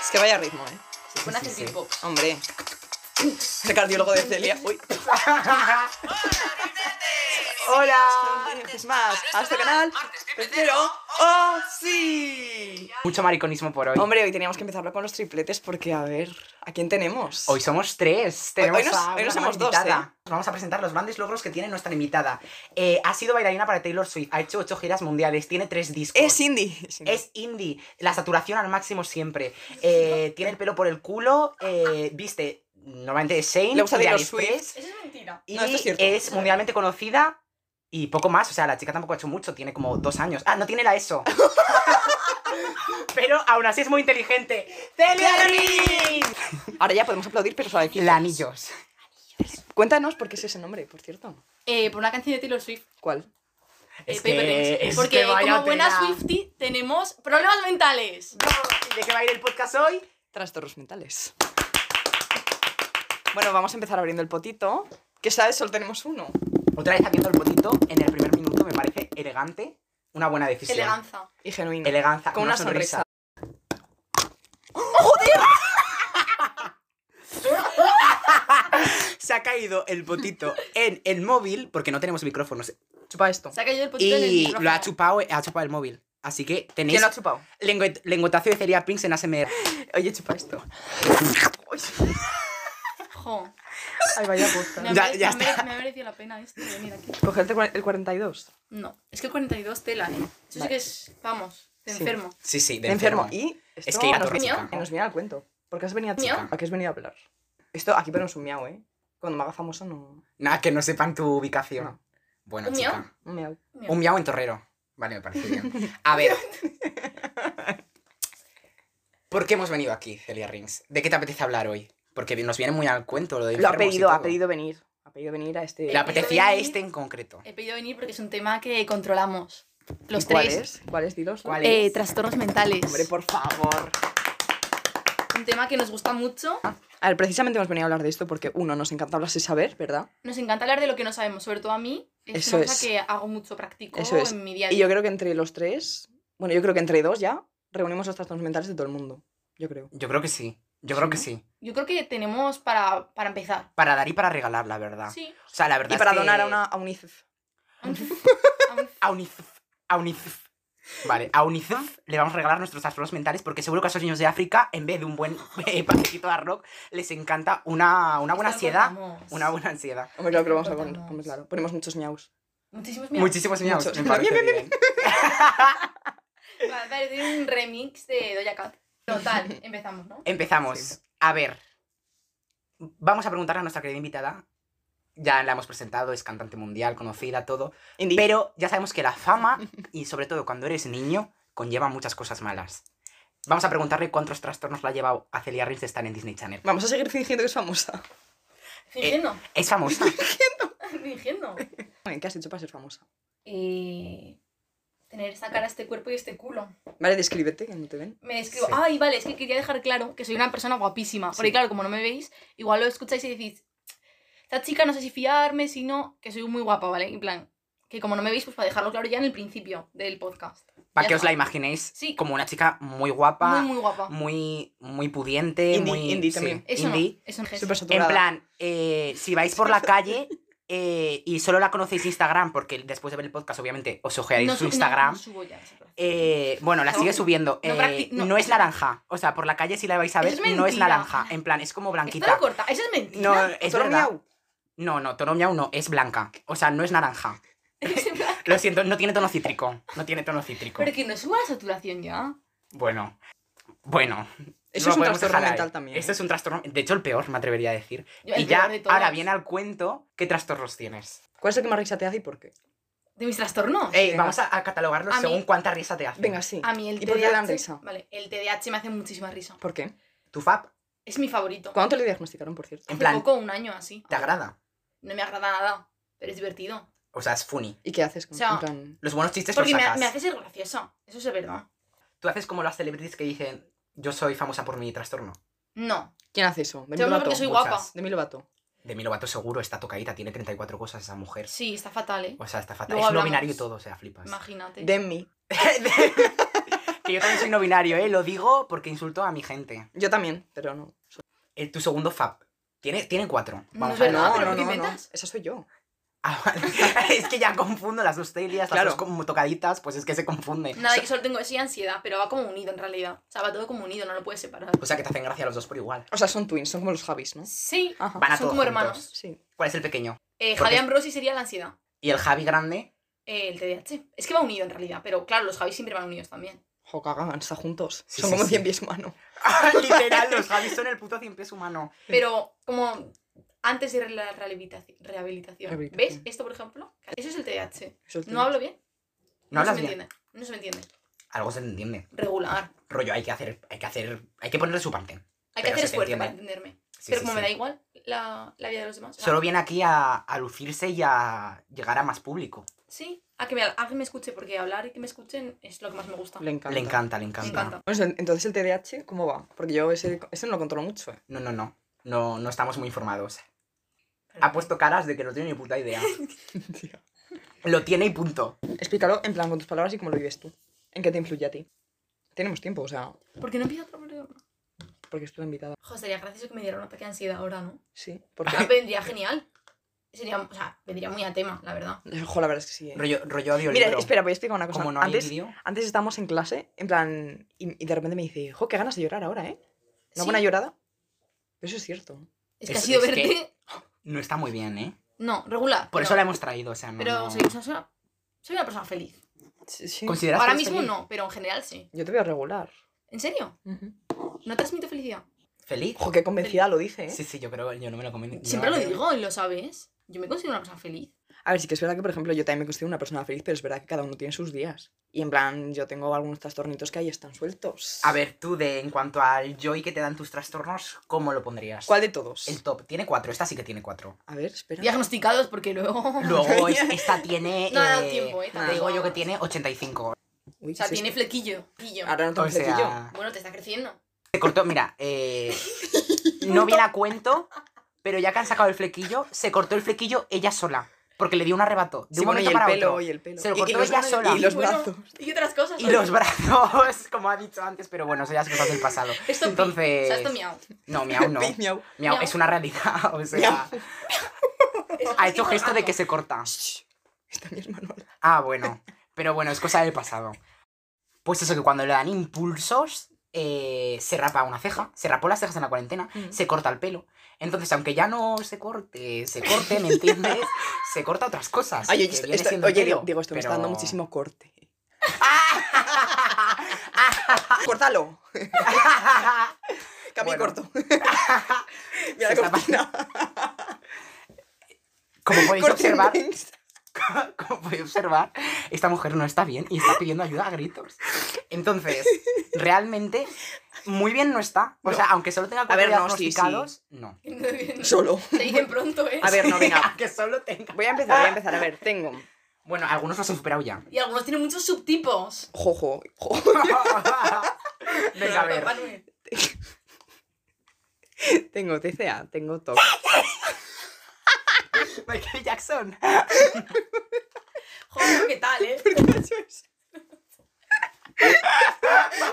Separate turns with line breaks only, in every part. Es que vaya ritmo, ¿eh?
Van a hacer beatbox.
Hombre. El cardiólogo de Celia. Uy. Hola. Es más, a este canal. Tercero. ¡Oh, sí!
Mucho mariconismo por hoy.
Hombre, hoy teníamos que empezarlo con los tripletes porque, a ver, ¿a quién tenemos?
Hoy somos tres. Tenemos
hoy nos-
a
hoy nos
una
hemos dos,
invitada. ¿eh? Vamos a presentar los grandes logros que tiene nuestra invitada. Eh, ha sido bailarina para Taylor Swift, ha hecho ocho giras mundiales, tiene tres discos.
Es Cindy.
Es indie, la saturación al máximo siempre. Eh, tiene el pelo por el culo, eh, viste, normalmente de Shane,
Le gusta
y de
Taylor
AliExpress,
Eso es mentira.
Y
No, esto es
es,
cierto.
mundialmente conocida y poco más. O sea, la chica tampoco ha hecho mucho, tiene como dos años. Ah, no tiene la ESO. Pero aún así es muy inteligente. ¡Celia Ruiz!
Ahora ya podemos aplaudir, pero suave.
Lanillos.
Cuéntanos por qué es ese nombre, por cierto.
Eh, por una canción de Taylor Swift.
¿Cuál?
eh,
Es que,
Paper
es
Porque
que vaya
como buena
tela.
Swifty tenemos problemas mentales.
¿De qué va a ir el podcast hoy?
Trastornos mentales. Bueno, vamos a empezar abriendo el potito. Que sabes, solo tenemos uno.
Otra vez haciendo el potito en el primer minuto me parece elegante. Una buena decisión.
Eleganza.
Y genuino.
Eleganza.
Con una sonrisa.
Se ha caído el potito en el móvil porque no tenemos micrófonos.
Chupa esto.
Se ha caído el potito en el
Y
micrófono.
lo ha chupado, ha chupado el móvil. Así que tenéis
¿Quién lo ha chupado?
lengüet- lengüetazo de Celia Pinks en ASMR.
Oye, chupa esto.
Jo,
Ay, vaya posta.
me, ha
Ya-
mere-
ya
me ha mere-
está.
me ha merecido la pena esto de venir aquí.
Cogerte cua- el 42.
No, es que el 42 tela, ¿eh? Eso sí
Vale.
que es, vamos, te
Sí.
enfermo.
Sí, sí, de
enfermo.
enfermo.
Y esto
Es que ir a
nos,
torre
viene,
chica.
que nos viene al cuento. ¿Por qué has venido a
¿Miau?
chica? ¿A qué has venido a hablar? Esto aquí ponemos un miau, ¿eh? Cuando me haga famoso no...
Nada, que no sepan tu ubicación.
No.
Bueno,
¿Un
chica.
miau?
Un miau.
Mira,
Un miau en torrero. Vale, me parece bien. A ver. ¿Por qué hemos venido aquí, Celia Rings? ¿De qué te apetece hablar hoy? Porque nos viene muy al cuento lo
Lo
de
ha
enfermos y
pedido, ha
todo.
pedido venir. Ha pedido venir a este...
Le apetecía a
Pedido
este en concreto.
He pedido venir porque es un tema que controlamos. Los
¿Y
tres.
¿Cuál es? ¿Cuál es? Dilos.
¿Cuál es?
Eh, trastornos mentales.
Hombre, por favor.
Un tema que nos gusta mucho.
A ver, precisamente hemos venido a hablar de esto porque, uno, nos encanta hablarse saber, ¿verdad?
Nos encanta hablar de lo que no sabemos, sobre todo a mí. Es
Eso
una cosa
es.
que hago mucho, practico
Eso es.
en mi día a
Y
día.
yo creo que entre los tres... Bueno, yo creo que entre dos ya reunimos los trastornos mentales de todo el mundo. Yo creo.
Yo creo que sí. Yo creo que sí.
Yo creo que tenemos para, para empezar.
Para dar y para regalar, la verdad.
Sí.
O sea, la verdad
Y para
es que-
donar a, una, a UNICEF.
Aún-
a UNICEF. A UNICEF. Vale, a UNICEF le vamos a regalar nuestros trastornos mentales porque seguro que a esos niños de África, en vez de un buen eh, paquetito de arroz, les encanta una, una buena
Esto lo
ansiedad.
cortamos.
Una buena ansiedad.
Hombre, claro que lo vamos a poner.
Contamos.
Hombre, claro. Ponemos muchos miaus.
Muchísimos mira,
Muchísimos niños.
Muchos.
me parece
Bien,
bien.
Va a haber un remix de Doja Cat. Total, empezamos,
Eh.
¿no?
Empezamos.
Sí.
A ver. Vamos a preguntarle a nuestra querida invitada. Ya la hemos presentado, es cantante mundial, conocida, todo.
Indie.
Pero ya sabemos que la fama, y sobre todo cuando eres niño, conlleva muchas cosas malas. Vamos a preguntarle cuántos trastornos la ha llevado a Celia Rins de estar en Disney Channel.
Vamos a seguir fingiendo que es famosa.
Fingiendo.
Es famosa.
Fingiendo.
Bueno, ¿Qué has hecho para ser famosa?
Eh, tener esta cara, este cuerpo y este culo.
Vale, descríbete, que no te ven.
Me describo.
Sí.
Ay, vale, es que quería dejar claro que soy una persona guapísima. Porque,
Sí.
claro, como no me veis, igual lo escucháis y decís, esta chica no sé si fiarme, si no, que soy muy guapa, ¿vale? En plan, que como no me veis, pues para dejarlo claro ya en el principio del podcast.
Para
Ya
que os
está.
la imaginéis
Sí.
como una chica muy guapa,
Muy, muy guapa.
muy, muy pudiente,
Indie-
muy.
indie también.
Eso
indie.
no, eso no es.
Súper
En
saturada.
plan, eh, si vais por la calle eh, y solo la conocéis Instagram, porque después de ver el podcast, obviamente, os ojearéis
No
su
su- no-
Instagram.
no subo ya, eso no.
Eh, bueno, la sigue subiendo.
No
eh,
practi- no,
no, es
eso-
naranja. O sea, por la calle si la vais a ver,
Eso es
no es
mentira.
naranja. En plan, es como
Esto lo
blanquita.
corta, eso es mentira.
No, es
Otro
verdad.
miau.
No, no, tono miau no, es blanca. O sea, no es naranja. Lo siento, no tiene tono cítrico. No tiene tono cítrico.
Pero que no suba la saturación ya.
Bueno. Bueno.
Eso
lo
es un
podemos
trastorno
dejar ahí.
mental también. ¿eh?
Esto es un trastorno. De hecho, el peor, me atrevería a decir.
Yo- el
y ya,
peor de todos.
ahora viene al cuento, ¿qué trastornos tienes?
¿Cuál es el que más risa te hace y por qué?
¿De mis trastornos?
Ey,
Pues Venga.
vamos a, a catalogarlos
A mí-
según cuánta risa te hace.
Venga, sí.
A mí el
¿Y por qué dan
TDAH
risa?
Vale, el TDAH me hace muchísima risa.
¿Por qué?
¿Tu fab?
Es mi favorito.
¿Cuándo te lo diagnosticaron, por cierto?
En
Hace
plan,
poco, un año así.
¿te agrada?
No me agrada nada, pero es divertido.
O sea, es funny.
¿Y qué haces?
O sea,
En plan,
Los buenos chistes
Porque
los
me,
sacas.
me hace ser graciosa. Eso es verdad.
Tú haces como las celebrities que dicen, yo soy famosa por mi trastorno.
No.
¿Quién hace eso? Demi
Yo creo
Lovato.
porque soy
muchas.
guapa.
Demi Lovato.
Demi Lovato seguro está tocadita, tiene 34 cosas esa mujer.
Sí, está fatal, ¿eh?
O sea, está fatal.
Luego
es no
hablamos.
binario y todo, o sea, flipas.
Imagínate.
Demi.
Que yo también soy no binario, ¿eh? Lo digo porque insulto a mi gente.
Yo también, pero no.
Eh, tu segundo fab. Tiene, tienen cuatro.
No,
Vamos
es
a
verdad,
Ah,
ver.
pero ¿qué inventas?
Esa soy yo.
Ah, vale. es que ya confundo las dos telias,
Claro.
las dos como tocaditas, pues es que se confunde.
Nada, yo solo tengo esa y ansiedad, pero va como unido en realidad. O sea, va todo como unido, no lo puedes separar.
O sea que te hacen gracia los dos por igual.
O sea, son twins, son como los Javis, ¿no?
Sí.
Ajá.
Van a
Son
todos
como
juntos.
hermanos.
Sí.
¿Cuál es el pequeño?
Eh,
Porque-
Javi Ambrosi sería la ansiedad.
¿Y el Javi grande?
Eh, el TDAH. Es que va unido en realidad, pero claro, los Javis siempre van unidos también.
Jo, cagan, están juntos.
Sí,
son
sí,
como
sí.
100 pies humano.
Ah, Literal, los Javis son el puto cien pies humano.
Pero como antes de la rehabilitaci- rehabilitación.
Rehabilitación.
¿Ves? Esto, por ejemplo. Eso es el TDAH.
Eso es
¿No hablo bien?
No
se
hablas
me
bien.
entiende. No se me entiende.
Algo se te entiende.
Regular.
Rollo, hay que hacer, hay que hacer, hay que ponerle su parte.
Hay que
Pero
hacer
se te
esfuerzo
entiende.
para entenderme.
Sí,
pero
sí,
como
sí.
me da igual la, la vida de los demás. o sea,
Solo viene aquí a, a lucirse y a llegar a más público.
Sí, a que, me, a que me escuche, porque hablar y que me escuchen es lo que más me gusta.
Le encanta.
Le encanta, le
Me
encanta.
encanta.
Bueno, ent- Pues entonces el TDAH, ¿cómo va? Porque yo ese, ese no lo controlo mucho, ¿eh?
No, no, no. No, no estamos muy informados. Ha puesto caras de que no tiene ni puta idea.
Tía.
Lo tiene y punto.
Explícalo en plan con tus palabras y cómo lo vives tú. ¿En qué te influye a ti? Tenemos tiempo, o sea,
¿Por qué no empieza otro programa?
porque estoy invitada.
Joder, sería gracioso que me diera un ataque de ansiedad ahora, ¿no?
Sí, porque...
Ah, vendría genial. Sería, o sea, vendría muy a tema, la verdad.
Jo, la verdad es que sí, ¿eh?
Rollo, rollo
Mira,
audiolibro.
espera, voy a explicar una cosa.
Como no hay
antes,
vídeo.
antes estábamos en clase, en plan, y, y de repente me dice, jo, qué ganas de llorar ahora, ¿eh? ¿Una buena
Sí,
llorada? Eso es cierto.
Es que
Es-
ha sido
es
verte.
que- No está muy bien, ¿eh?
No, regular.
Por
pero-
eso la Mm. hemos traído, o sea, no.
Pero
no-
soy, soy una, soy una persona feliz.
Sí, sí.
¿Consideras
Ahora
que eres
mismo
feliz?
no, pero en general sí.
Yo te veo regular.
¿En serio? ¿No transmito felicidad?
¿Feliz?
Jo, qué convencida lo dice, ¿eh?
Sí, sí, yo creo yo no me lo comento.
Siempre lo digo y lo sabes. Yo me considero una persona feliz.
A ver, sí que es verdad que, por ejemplo, yo también me considero una persona feliz, pero es verdad que cada uno tiene sus días. Y en plan, yo tengo algunos trastornitos que ahí están sueltos.
A ver, tú, de en cuanto al joy que te dan tus trastornos, ¿cómo lo pondrías?
¿Cuál de todos?
El top. Tiene cuatro, esta sí que tiene cuatro.
A ver, espera.
Diagnosticados porque luego.
Luego, es- esta tiene.
No ha dado
eh,
tiempo, ¿eh?
te
Tampoco
digo yo que
vamos.
tiene 85.
Uy,
O sea,
¿qué es
tiene
esto?
flequillo. pillo.
Ahora no tengo
O sea,
Bueno, te está creciendo.
se cortó, mira, eh, no viene a cuento, pero ya que han sacado el flequillo, se cortó el flequillo ella sola. Porque le dio un arrebato de
Sí,
un
bueno, y
momento
el
para
pelo,
otro.
y el pelo.
Se lo
Y- y
cortó
los
ella
brazos-
sola.
Y los
Bueno,
brazos.
Y otras cosas.
Y los brazos, como ha dicho antes, pero bueno, eso ya es cosas del pasado.
Esto
Entonces-
Entonces... O sea, esto miau.
No, miau no.
Pi, miau.
Miau,
Miau.
es una realidad, o sea,
Eso
ha
es
hecho
tipo
gesto de
rato.
que se corta.
Shh, Está mi hermano. al lado.
Ah, bueno. Pero bueno, es cosa del pasado. Pues eso, que cuando le dan impulsos, eh, se rapa una ceja. Se rapó las cejas en la cuarentena,
Mm.
se corta el pelo. Entonces, aunque ya no se corte, se corte, ¿me entiendes? se corta otras cosas.
Ay,
que
oye, esto-
viene
esto-
siendo
oye,
pelo,
digo, digo, esto me está
pero-
dando muchísimo corte. ¡Córtalo! Cambio
Bueno.
corto. Mira
Se
la
está
cortina.
Como podéis
Corte
observar,
inmensa.
como podéis observar, esta mujer no está bien y está pidiendo ayuda a gritos. Entonces, realmente, muy bien no está. O
No.
sea, aunque solo tenga
A ver,
cuatro
no, sí, sí.
diagnosticados, no.
Solo.
Te dicen pronto, ¿eh?
A ver, no, venga.
que solo tenga.
Voy a empezar, voy a empezar. A ver, tengo.
Bueno, algunos los han superado ya.
Y algunos tienen muchos subtipos.
Jojo. jojo.
Venga, a ver.
Papá Noel.
Tengo TCA, tengo TOC.
Michael Jackson.
Joder, ¿qué tal, eh?
¿Por qué has hecho eso?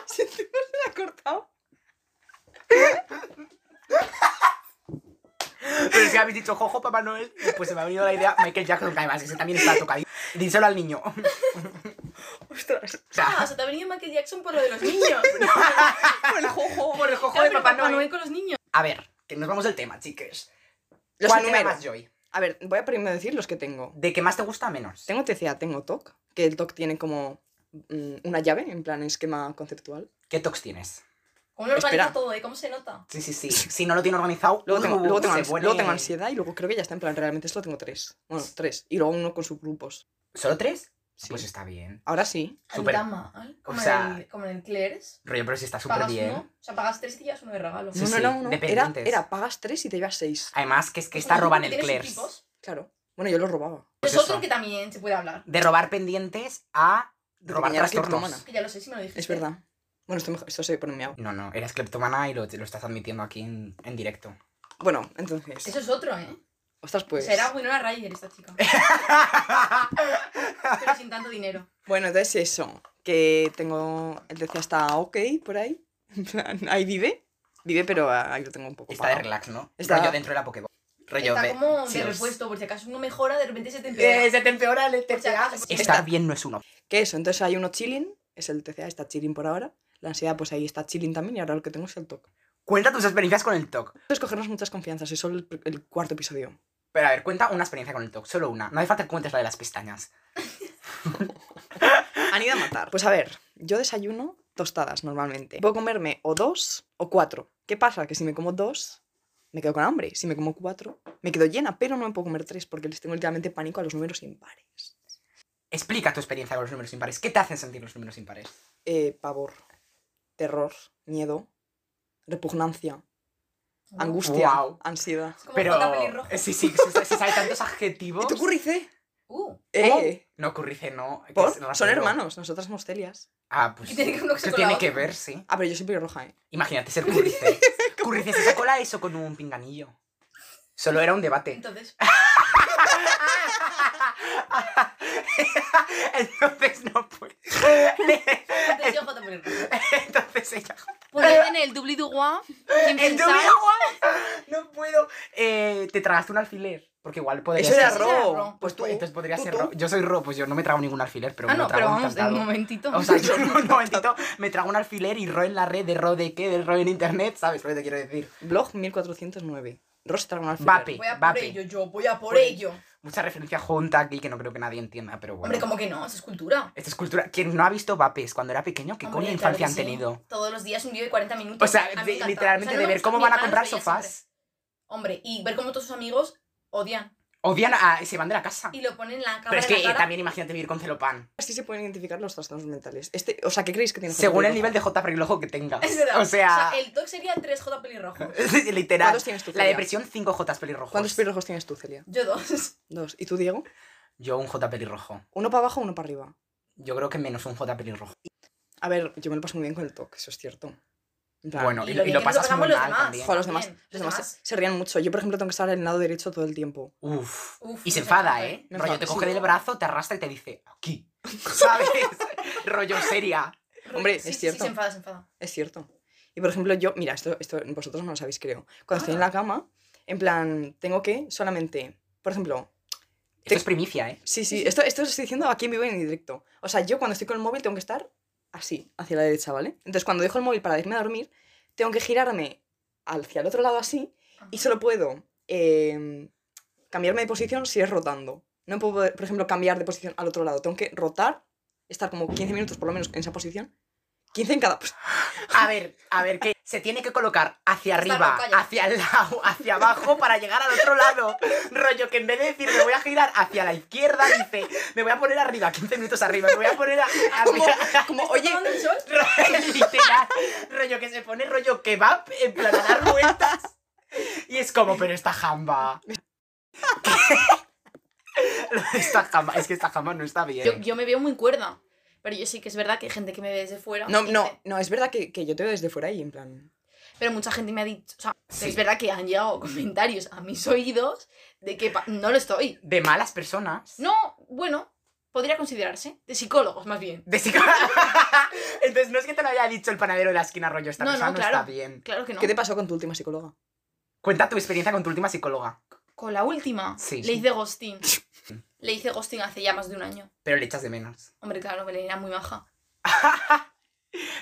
Si tú no se la has cortado.
Pero si habéis dicho Jojo, Papá Noel, pues se me ha venido la idea Michael Jackson, que además ese también está tocadito. Díselo al niño. O
Ostras.
Ah, o
sea,
sea, te ha venido Michael Jackson por lo de los niños.
Por el jojo.
por el Jojo
Joder,
de
pero
Papá Noel.
con los niños.
A ver, que nos vamos del tema, chicos.
Los
¿Cuál te da
números.
más joy?
A ver, voy a primero decir los que tengo.
¿De qué más te gusta menos?
Tengo TCA, tengo TOC. Que el TOC tiene como mm, una llave, en plan esquema conceptual.
¿Qué tox tienes?
¿Cómo lo organiza
Espera.
todo, eh? ¿Cómo se nota?
Sí, sí, sí. Si no lo tiene organizado,
Luego tengo,
uh,
luego tengo
se
ansi-
pone-
luego tengo ansiedad y luego creo que ya está en plan, realmente solo tengo tres. Bueno, tres. Y luego uno con subgrupos.
¿Solo tres?
Sí.
Pues está bien.
Ahora sí.
Súper.
Andama, ¿eh?
O sea-
en el- como en el Claire's.
Rollo, pero si está súper bien.
uno. O sea, pagas tres y te llevas uno de regalo.
Sí,
no, no,
sí,
no, no. Era,
dependientes.
era pagas tres y te llevas seis.
Además, que es que
Pues
esta
no,
roban el
porque tienes
Claire's.
subtipos.
Claro. Bueno, yo lo robaba.
Pues
es otro
eso.
que también se puede hablar.
De robar pendientes a robar
Pequeña
trastornos.
cleptómana.
Que ya lo sé si me lo dijiste.
Es verdad. Bueno, esto, mejor- esto se pone miau.
No, no, eres cleptomana y lo, lo estás admitiendo aquí en, en directo.
Bueno, entonces.
Eso es otro, ¿eh?
Ostras, pues.
Será Winona Ryder esta chica. Pero sin tanto dinero.
Bueno, entonces eso. que tengo, él decía está ok por ahí, en plan, ahí vive, vive pero ah, ahí lo tengo un poco
Está de
apagado.
relax, ¿no?
Está-
Rollo dentro de la Pokébox. Rollo
Está
de...
como
sí,
de
os-
repuesto, por si acaso uno mejora, de repente se te empeora.
Eh, se te empeora el TCA.
O sea,
Estar bien no es uno.
Que eso, entonces hay uno chilling, es el TCA, está chilling por ahora, la ansiedad pues ahí está chilling también y ahora lo que tengo es el TOC.
Cuenta tus experiencias con el TOC.
Entonces cogernos muchas confianzas, es solo el, pr- el cuarto episodio.
Pero a ver, cuenta una experiencia con el TOC, solo una. No hace falta que cuentes la de las pestañas.
Han ido a matar. Pues a ver, yo desayuno tostadas normalmente. Puedo comerme o dos o cuatro. ¿Qué pasa? Que si me como dos, me quedo con hambre. Si me como cuatro, me quedo llena, pero no me puedo comer tres porque les tengo literalmente pánico a los números impares.
Explica tu experiencia con los números impares. ¿Qué te hacen sentir los números impares?
Eh, pavor, terror, miedo, repugnancia, angustia,
Oh, Guau.
ansiedad.
Es como
Pero...
Jota pelirroja.
eh, Sí, sí, se, se sabe tantos adjetivos.
¿Y tú currice?
Uh,
Eh,
No, Currice no. que
¿Por?
es rasero.
Son hermanos, nosotras somos celias.
Ah, pues...
¿Qué tiene que ver una cosa
¿Qué
con
tiene
la
que
otra?
ver, sí?
Ah, pero yo soy pelirroja, ¿eh?
Imagínate ser Currice. Currice se cola eso con un pinganillo. Solo era un debate.
entonces.
Entonces no puede.
Entonces yo Jota pelirroja.
Entonces ella.
Poned en el doobly doo sin
¡El
pensar.
doble agua! No puedo. Eh, te tragaste un alfiler. Porque igual podría
Eso era
ser.
ro-
robo.
Ro.
Pues tú,
Entonces podría
tú,
ser
tú.
ro. Yo soy ro, pues yo no me trago ningún alfiler, pero
Ah,
me lo
no,
trago
pero vamos, de un
encantado.
momentito.
O sea, yo en un momentito me trago un alfiler y ro en la red, de ro de qué, de ro en internet, ¿sabes lo que te quiero decir?
Blog 1409. Ross Dragon Alfiler.
Vape.
voy a por
vape.
ello, yo voy a por
Por-
ello.
Mucha referencia junta aquí que no creo que nadie entienda, pero bueno.
Hombre, como que no, eso es cultura.
Esta es cultura. Quien no ha visto vapes cuando era pequeño, ¿qué
Hombre,
coño
claro que
infancia han
sí.
tenido?
Todos los días un vídeo de 40 minutos.
O sea,
A mí me
de-
encantaba.
literalmente
O sea, no
de
me
ver
gusta-
cómo
mi
van a
hermana
comprar
los veía
sofás.
siempre. Hombre, y ver cómo todos sus amigos odian.
Odian a... Se van de la casa.
Y lo ponen en la cámara
Pero es
de
que
la
eh,
cara.
también imagínate vivir con celopán.
Así se pueden identificar los trastornos mentales. Este, o sea, ¿qué creéis que tiene?
Según el
Jota
nivel de J pelirrojo que tengas.
Es verdad.
O sea,
el TOC sería 3J pelirrojo.
literal.
¿Cuántos tienes tú,
La
Celia?
depresión, pues 5 J pelirrojos.
¿Cuántos pelirrojos tienes tú, Celia?
Yo dos.
Dos. ¿Y tú, Diego?
Yo un J pelirrojo.
Uno para abajo, uno para arriba.
Yo creo que menos un J pelirrojo.
A ver, yo me lo paso muy bien con el TOC, eso es cierto. En plan,
Bueno, y,
bien
y
que
lo
nos
pasas
pasamos
muy
los
mal
demás.
también.
Joder, los demás,
bien,
los
los
demás
demás.
se, se rían mucho. Yo, por ejemplo, tengo que estar en el lado derecho todo el tiempo.
Uf.
Uf,
Y se
no sé,
enfada,
joder.
¿eh?
Me
rollo,
enfada,
te
sí.
coge del brazo, te arrastra y te dice, aquí. ¿Sabes? rollo seria.
Hombre,
Sí,
es
sí,
cierto.
Sí, se enfada, se enfada.
Es cierto. Y por ejemplo, yo, mira, esto, esto vosotros no lo sabéis, creo. Cuando estoy en la cama, en plan, tengo que solamente, por ejemplo,
Esto es primicia, ¿eh?
sí, sí, esto, esto os estoy diciendo aquí en vivo y en directo. O sea, yo cuando estoy con el móvil tengo que estar así, hacia la derecha, ¿vale? Entonces, cuando dejo el móvil para irme a dormir, tengo que girarme hacia el otro lado así y solo puedo em, cambiarme de posición si es rotando. No puedo, poder, por ejemplo, cambiar de posición al otro lado. Tengo que rotar, estar como 15 minutos por lo menos en esa posición. 15 en cada... pues,
A ver, a ver, que se tiene que colocar hacia
Está
arriba,
loca ya.
hacia el lado, hacia abajo para llegar al otro lado. Rollo que en vez de decir me voy a girar hacia la izquierda, dice me voy a poner arriba, 15 minutos arriba, me voy a poner a, a-
Como- Como, oye,
¿Tomando el sol?
literal, rollo que se pone rollo kebab en plan a dar vueltas. Y es como, pero esta jamba. Lo de esta jamba, es que esta jamba no está bien.
Yo, yo me veo muy cuerda. Pero yo sí que es verdad que hay gente que me ve desde fuera.
No,
y
no,
dice-
no, es verdad que, que yo te veo desde fuera y en plan.
Pero mucha gente me ha dicho. O sea, pero
Sí.
es verdad que han llegado comentarios a mis oídos de que pa- no lo estoy.
De malas personas.
No, bueno, podría considerarse. De psicólogos, más bien.
De psico- Entonces, no es que te lo haya dicho el panadero de la esquina rollo, esta
No, no,
persona no,
claro.
está bien.
Claro que no.
¿Qué te pasó con tu última psicóloga?
Cuenta tu experiencia con tu última psicóloga.
Con la última,
Sí.
le hice ghosting. le hice ghosting hace ya más de un año.
Pero le echas de menos.
Hombre, claro, que le era muy baja.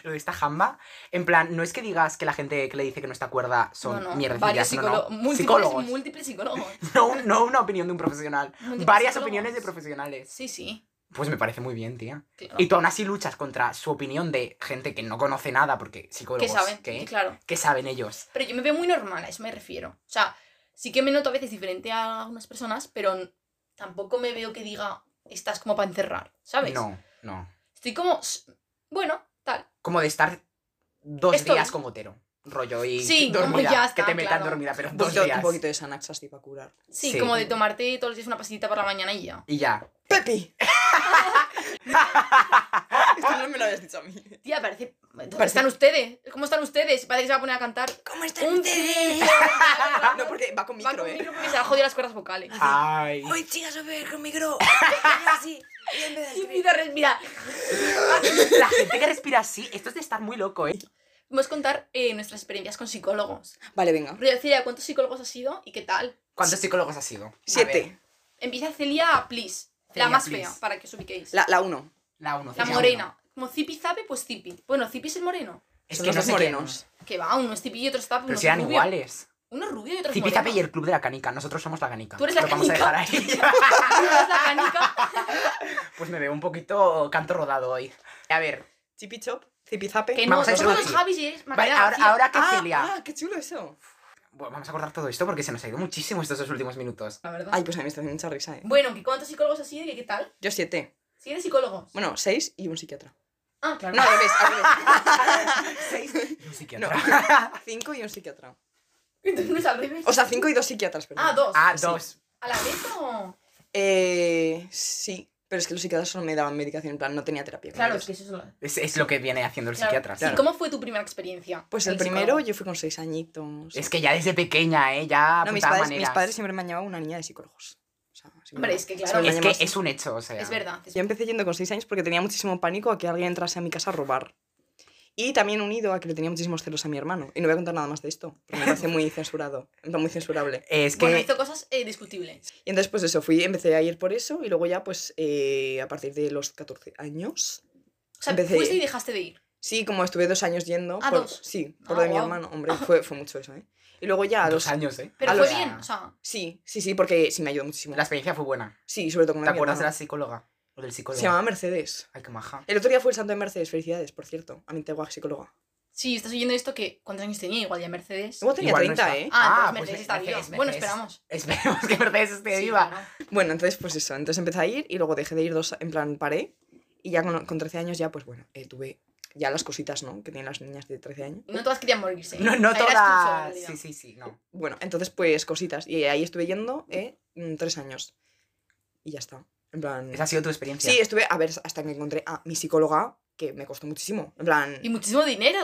Lo de esta jamba, en plan, no es que digas que la gente que le dice que no está cuerda son
no, no.
mierdecillas,
Varios
no,
psicólo-
no.
múltiples-
psicólogos.
Múltiples psicólogos.
No, un- no una opinión de un profesional.
Múltiples
Varias
psicólogos.
opiniones de profesionales.
Sí, sí.
Pues me parece muy bien, tía.
claro.
Y tú aún así luchas contra su opinión de gente que no conoce nada, porque psicólogos.
Que saben,
¿qué?
claro.
¿Qué saben ellos?
Pero yo me veo muy normal, a eso me refiero. O sea, sí que me noto a veces diferente a algunas personas, pero n- tampoco me veo que diga, estás como para encerrar, ¿sabes?
No, no.
Estoy como, "S- bueno, tal.
como de estar dos
Estoy.
días con gotero. Rollo y
Sí, como
dormida.
ya está,
que te metan
claro.
dormida, pero
Un
dos
poquito, un
días.
poquito de Sanax así para curar.
Sí,
Sí.
como de tomarte todos los días una pastillita por la mañana y ya.
Y ya.
¡Pepi! Esto no me lo habías dicho a mí.
Tía, parece... ¿Dónde
Parece-
están ustedes? ¿Cómo están ustedes? Parece que se va a poner a cantar.
¿Cómo estás?
Un
No, porque va con
Va
micro,
con
¿eh?
Ah,
micro porque se ha jodido las cuerdas vocales.
Ay.
chicas, a ver, con micro. Así. Y en vez del
Y
tren-
empieza a respirar.
La gente que respira así, esto es de estar muy loco, ¿eh?
Vamos a contar eh, nuestras experiencias con psicólogos.
Vale, venga.
Rollo, Celia, ¿cuántos psicólogos has sido y qué tal?
¿Cuántos psicólogos has sido? A ver,
Siete.
Empieza Celia, please.
Celia,
la más
please.
fea, para que os ubiquéis. La,
La, la uno.
La uno. Celia, uno.
morena. Como Zipi Zape, pues Zipi. Bueno, Zipi es el moreno.
Es
Son
que
los
no
dos
sé
morenos.
morenos.
Que va, uno es Zipi y otro es Zape.
Pero
uno
si
es
eran
rubio.
iguales.
Uno es rubio y otro es
Zipizape y
moreno.
el club de la canica. Nosotros somos la canica.
Tú eres la
Lo vamos a dejar
canica.
ahí.
Es la canica.
pues me veo un poquito canto rodado hoy. A ver,
Chipi Chop, Zipizape.
Que no,
Vamos a
somos los
introducir.
Javis ¿eh? y eres
vale,
Macarena
ahora,
García.
ahora que
ah,
Celia.
ah, qué chulo eso.
Bueno, vamos a cortar todo esto porque se nos ha ido muchísimo estos dos últimos minutos.
La verdad.
Ay, pues a mí me está haciendo mucha risa, eh.
Bueno, ¿que ¿cuántos psicólogos has sido y qué tal?
Yo siete.
Si eres psicólogo.
Bueno, seis y un psiquiatra.
Ah, claro.
No, al revés, al revés.
Seis. y un psiquiatra.
No. Cinco y un psiquiatra.
Entonces no es al revés.
O sea, cinco y dos psiquiatras, perdón.
Ah, dos.
Ah,
Sí.
dos.
¿A la vez o...?
Eh, sí, pero es que los psiquiatras solo me daban medicación, en plan, no tenía terapia. con
Claro,
ellos.
es que eso es lo...
Es, es lo que viene haciendo el
Claro.
psiquiatra.
Sí,
claro.
¿Cómo fue tu primera experiencia?
Pues el
en
primero
psicólogo?
yo fui con seis añitos.
Es que ya desde pequeña, ¿eh? Ya
no, mis
apuntaba
padres, mis
maneras.
padres siempre me han llamado una niña de psicólogos. O sea, siempre
Hombre,
me-
es que
siempre
claro.
me han
Es
llamado
que
así.
es un hecho, o sea.
Es verdad. es-
Yo empecé yendo con 6 años porque tenía muchísimo pánico a que alguien entrase a mi casa a robar. Y también unido a que le tenía muchísimos celos a mi hermano. Y no voy a contar nada más de esto, porque me parece muy censurado, en plan, muy censurable.
Es que
Bueno, hizo cosas eh, discutibles.
Y entonces, pues eso, fui, empecé a ir por eso y luego ya, pues, eh, a partir de los 14 años.
O sea,
Empecé-
fuiste y dejaste de ir.
Sí, como estuve dos años yendo.
Ah,
por,
dos.
Sí, por
Ah,
lo de mi
guau.
hermano. Hombre, fue, fue mucho eso, ¿eh? Y luego ya a
dos
los...
años, ¿eh?
Pero
A
fue
los-
bien, o sea...
Sí, sí, sí, porque sí me ayudó muchísimo.
La experiencia fue buena.
Sí, sobre todo con
¿Te
la de mi
acuerdas de la
hermano.
psicóloga? O del psicólogo.
Se llamaba Mercedes.
Ay, qué maja.
El otro día fue el santo de Mercedes, felicidades, por cierto, a mi antigua psicóloga.
Sí, estás oyendo esto que... ¿Cuántos años tenía? Igual ya Mercedes.
Luego tenía
Igual no
30,
está.
¿eh?
Ah,
Ah,
entonces
pues
Mercedes está
Mercedes,
viva. Bueno,
Mercedes.
esperamos.
Esperemos que Mercedes esté
Sí,
viva.
claro.
Bueno, entonces pues eso, entonces empecé a ir y luego dejé de ir dos, en plan paré y ya con, con 13 años ya pues bueno, eh, tuve ya las cositas, ¿no? Que tienen las niñas de 13 años.
Y No todas querían morirse.
No, no
O sea, eras tú sola, en
todas.
realidad.
Sí, sí, sí, no.
Bueno, entonces pues cositas y ahí estuve yendo eh, mm, tres años y ya está, en plan...
Esa ha sido tu experiencia.
Sí, estuve, a ver, hasta que encontré a mi psicóloga, que me costó muchísimo, en plan...
Y muchísimo dinero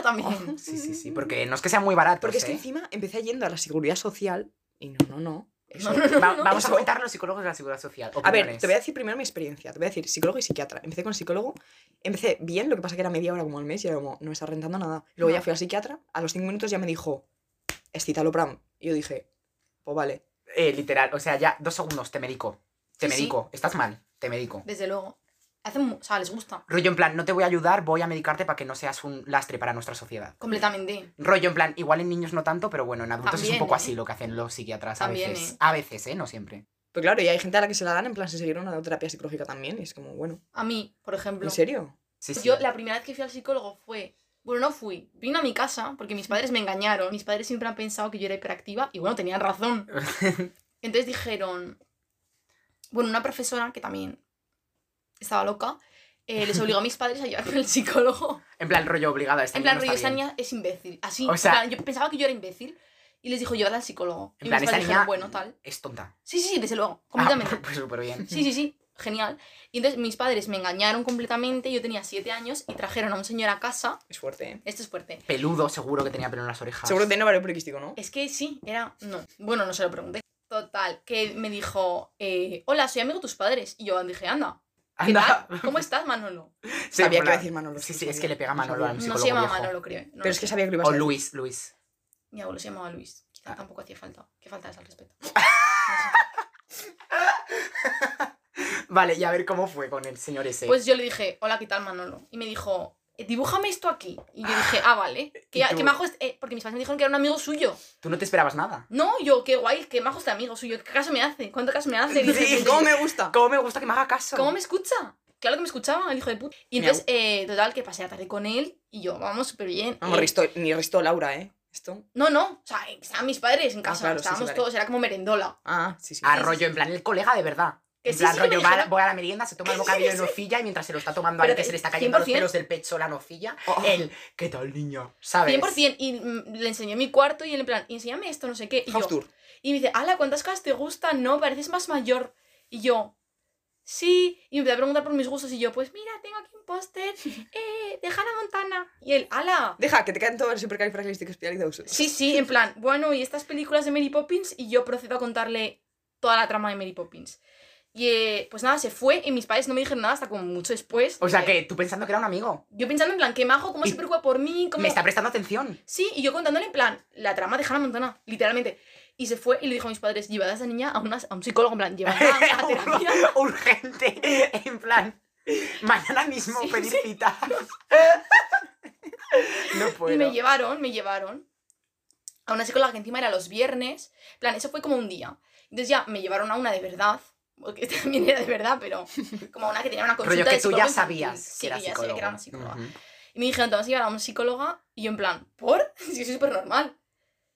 también.
sí, sí, sí, Porque no es que sea muy ¿eh? barato.
Porque es que encima empecé yendo a la seguridad social y no, no, no. Eso,
vamos a
Eso-
comentar los psicólogos de la seguridad social.
A ver,
opiniones.
te voy a decir primero mi experiencia. Te voy a decir psicólogo y psiquiatra. Empecé con psicólogo, empecé bien, lo que pasa que era media hora como al mes y era como, no me está rentando nada. Luego ya
No.
fui al psiquiatra, a los cinco minutos ya me dijo, escitalopram. Y yo dije, pues vale.
Eh, literal, o sea, ya dos segundos, te medico. Te
Sí, sí.
medico. Estás mal, te medico.
Desde luego. Hacen, mu- o sea, les gusta.
Rollo en plan, no te voy a ayudar, voy a medicarte para que no seas un lastre para nuestra sociedad.
Completamente.
Rollo en plan, igual en niños no tanto, pero bueno, en adultos es
También,
un poco
¿eh?
así lo que hacen los psiquiatras
También,
a veces.
¿eh?
A veces, ¿eh? No siempre.
Pero Pues claro, y hay gente a la que se la dan en plan, se siguieron una terapia psicológica también. Y es como, bueno,
A mí, por ejemplo.
¿en serio?
Sí, sí.
Yo la primera vez que fui al psicólogo fue... Bueno, no fui. Vino a mi casa porque mis padres me engañaron. Mis padres siempre han pensado que yo era hiperactiva y bueno, tenían razón. Entonces dijeron... Bueno, una profesora que también estaba loca, eh, les obligó a mis padres a llevarme al psicólogo.
En plan, rollo obligada. esta
En
niña
plan,
no
rollo,
está
esta
bien.
niña es imbécil. Así,
O
en
sea-
plan, yo pensaba que yo era imbécil y les dijo, llévala al psicólogo.
En
y
plan,
mis
esta
padres dijeron,
niña
bueno, tal.
es tonta.
Sí, sí, sí, desde luego,
Ah,
completamente.
pues súper bien.
Sí, sí, sí, genial. Y entonces mis padres me engañaron completamente, yo tenía siete años y trajeron a un señor a casa,
Es fuerte, ¿eh?
esto es fuerte.
Peludo, seguro que tenía pelo en las orejas.
Seguro que tiene ovario poliquístico, ¿no?
Es que sí, era... No, bueno, no se lo pregunté. Total, que me dijo, eh, hola, soy amigo de tus padres. Y yo dije, anda, ¿qué
Anda.
tal? ¿Cómo estás, Manolo?
Sí,
sabía
en
que iba a
plan-
decir Manolo.
Sí,
lo
sí, es
sabía,
que le pega
lo sabía.
Manolo al
No
psicólogo
se llama
viejo.
Manolo, creo. ¿eh? No
Pero
lo
es que
sé.
sabía que lo ibas a
O
decir.
Luis, Luis.
Mi abuelo se llamaba Luis. Quizá
Ah.
tampoco hacía falta. Qué falta es al respeto.
Vale, y a ver cómo fue con el señor ese.
Pues yo le dije, hola, ¿qué tal, Manolo? Y me dijo, eh, dibújame esto aquí. Y yo dije, ah, vale. Que,
Y tú-
que majo es- eh, porque mis padres me dijeron que era un amigo suyo.
Tú no te esperabas nada.
No, yo, qué guay, qué majo este amigo suyo. ¿Qué caso me hace? ¿Cuánto caso me hace? Y dije,
Sí,
"Pues,
¿Cómo me gusta?
¿Cómo me gusta que me haga caso?
¿Cómo me escucha? Claro que me escuchaba, el hijo de puta. Y
Mi
entonces, eh, total, que pasé la tarde con él y yo, vamos, súper bien.
Vamos,
Eh,
restó, ni restó Laura, ¿eh? Esto.
No, no, o sea, estaban mis padres en
Ah,
casa,
claro, sí, sí,
estábamos
vale.
todos, era como merendola.
Ah, sí, sí.
Ah,
sí,
rollo,
sí.
en plan, el colega de verdad.
Que
en
sí,
plan,
sí, que me
rollo, va, a-
dijeron-
voy a la merienda, se toma el bocadillo de nocilla y mientras se lo está tomando
Pero
ahí, que
que
se le está cayendo los
100%.
pelos del pecho la nocilla,
Oh.
Eh,
él, ¿qué tal, niño? ¿Sabes?
100% y mm, le enseñé mi cuarto y él en plan, enséñame esto, no sé qué. Y yo,
House tour.
Y me dice, ala, ¿cuántas cosas te gustan? No, pareces más mayor. Y yo, sí. Y me empezó a preguntar por mis gustos. Y yo, pues mira, tengo aquí un póster eh, de Hannah Montana. Y él, ala.
Deja, que te caen todos los supercalifragilisticoespialidosos.
Sí, sí, en plan, bueno, y estas películas de Mary Poppins. Y yo procedo a contarle toda la trama de Mary Poppins. Y eh, pues nada, se fue y mis padres no me dijeron nada hasta como mucho después.
O sea,
porque
que tú pensando que era un amigo.
Yo pensando en plan, qué majo, cómo
Y-
se preocupa por mí, cómo...
Me está prestando atención.
Sí, y yo contándole en plan, la trama de Hannah Montana, literalmente. Y se fue y le dijo a mis padres, llevad a esa niña a, una- a un psicólogo, en plan, llevadla a terapia.
Urgente. En plan, mañana mismo
Sí,
pedir
sí.
cita. no puedo.
Y me llevaron, me llevaron a una psicóloga que encima era los viernes. En plan, eso fue como un día. Entonces ya me llevaron a una de verdad, porque esta también era de verdad, pero como a una que tenía una consulta
Rollo que
de
tú ya
psicólogo
sabías
infantil.
que
Sí,
era
que ya sabía que era
psicólogo.
una psicóloga.
Ujú.
Y me dijeron, te vamos a llevar a una psicóloga. Y yo en plan, ¿por? Si soy súper normal.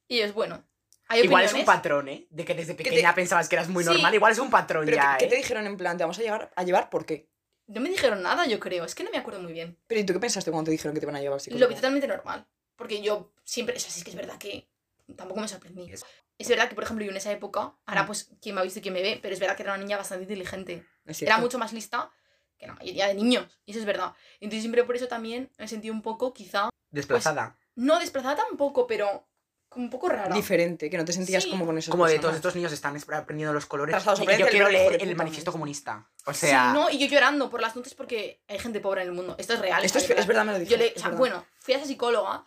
Y ellos, bueno, hay
Igual es un
opiniones.
patrón, ¿eh? De que desde
te-
pequeña pensabas que eras muy
Sí.
normal. Igual es un patrón
Pero
ya,
¿qué, qué te
¿eh?
dijeron en plan? ¿Te vamos a, llegar, a llevar por qué?
No me dijeron nada, yo creo. Es que no me acuerdo muy bien.
Pero ¿y tú qué pensaste cuando te dijeron que te van a llevar al
Lo
psicólogo?
vi totalmente normal. Porque yo siempre. O sea, sí es que es verdad que tampoco me sorprendí. Es verdad que, por ejemplo, yo en esa época, ahora pues quien me ha visto y quien me ve, pero es verdad que era una niña bastante inteligente.
Es cierto.
Era mucho más lista que la mayoría de niños. Y eso es verdad. Entonces siempre por eso también me sentí un poco, quizá.
Desplazada.
No desplazada tampoco, pero. Como un poco rara.
Diferente, que no te sentías
Sí.
como con esos
Como de todos estos niños están espra- aprendiendo los colores.
Trazados,
Y Yo
aprende el
quiero
verde, hijo
leer
de
el
puta,
manifiesto
¿no?
comunista. O
Sí,
sea,
no, y yo llorando por las noches porque hay gente pobre en el mundo. Esto es real. ¿eh?
Esto
o
es,
sea, de
es verdad, me lo
Yo
dijeron.
le, o
es
sea,
verdad.
bueno, fui a esa psicóloga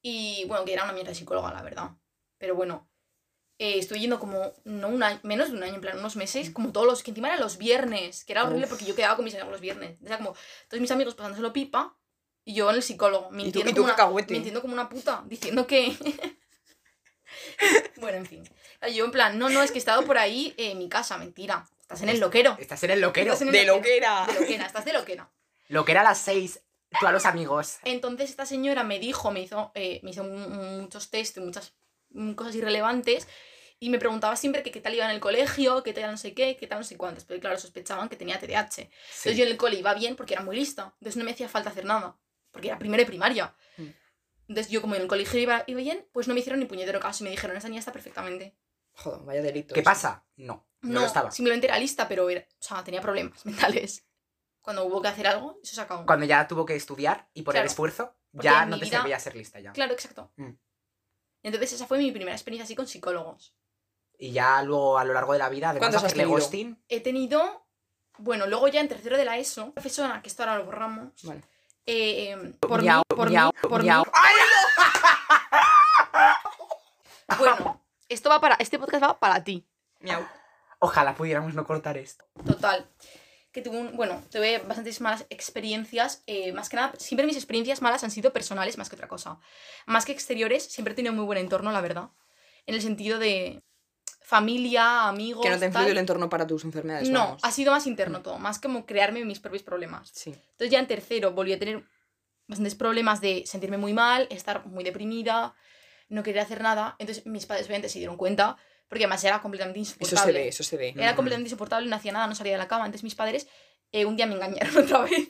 y bueno, que era una mierda de psicóloga, la verdad. Pero bueno, eh, estuve yendo como no un año, menos de un año, en plan unos meses, como todos los que encima eran los viernes, que era horrible
Mm. Uf.
porque yo quedaba con mis amigos los viernes. O sea, como todos mis amigos pasándoselo pipa y yo en el psicólogo,
y tú,
mintiendo,
y tú
como, una,
cacahuete.
mintiendo como una puta, diciendo que... bueno, en fin. Yo en plan, no, no, es que he estado por ahí eh, en mi casa, mentira. Estás en el loquero.
estás en el loquero.
Estás en el
De
loquero.
lo que era.
De loquera, estás de loquera.
Lo que era a las seis, tú a los amigos.
Entonces esta señora me dijo, me hizo, eh, me hizo mu- mu- muchos test y muchas mm, cosas irrelevantes y me preguntaba siempre que qué tal iba en el colegio, qué tal no sé qué, qué tal no sé cuántas. Pero claro, sospechaban que tenía TDAH. Entonces yo en el cole iba bien porque era muy lista. Entonces no me hacía falta hacer nada. Porque era primero de primaria.
Mm.
Entonces yo como en el colegio iba, iba bien, pues no me hicieron ni puñetero caso y me dijeron, esta niña está perfectamente.
Joder, vaya delito.
¿Qué
eso.
pasa? No, no, lo estaba.
simplemente era lista, pero era, o sea, tenía problemas mentales. Cuando hubo que hacer algo, eso se acabó.
Cuando ya tuvo que estudiar y por el
Claro.
esfuerzo,
Porque
ya
en
no
mi
te
vida-
servía ser lista ya.
Claro, exacto.
Mm.
Entonces esa fue mi primera experiencia así con psicólogos.
Y ya luego a lo largo de la vida, además de
¿Cuántos has
hacerle
tenido?
ghosting,
He tenido, bueno, luego ya en tercero de la ESO, profesora, que esto ahora lo borramos,
Vale.
eh, em, por mí,
miau,
por mí,
miau,
por mí.
miau. ¡Ay!
Bueno, esto va para, este podcast va para ti.
Miau.
Ojalá pudiéramos no cortar esto.
Total. Que tuve un, bueno, tuve bastantes malas experiencias. eh, más que nada, siempre mis experiencias malas han sido personales más que otra cosa. Más que exteriores, siempre he tenido muy buen entorno, la verdad. En el sentido de familia, amigos.
Que no te ha
tal.
influido el entorno para tus enfermedades.
No,
vamos. Mm.
ha sido más interno todo, más como crearme mis propios problemas.
Sí.
Entonces ya en tercero volví a tener bastantes problemas de sentirme muy mal, estar muy deprimida, no querer hacer nada. Entonces mis padres obviamente se dieron cuenta, porque además era completamente
Eso
insoportable.
se ve, eso se ve. Mm.
Era
Ujú.
completamente insoportable, no hacía nada, no salía de la cama. Entonces mis padres eh, un día me engañaron otra vez.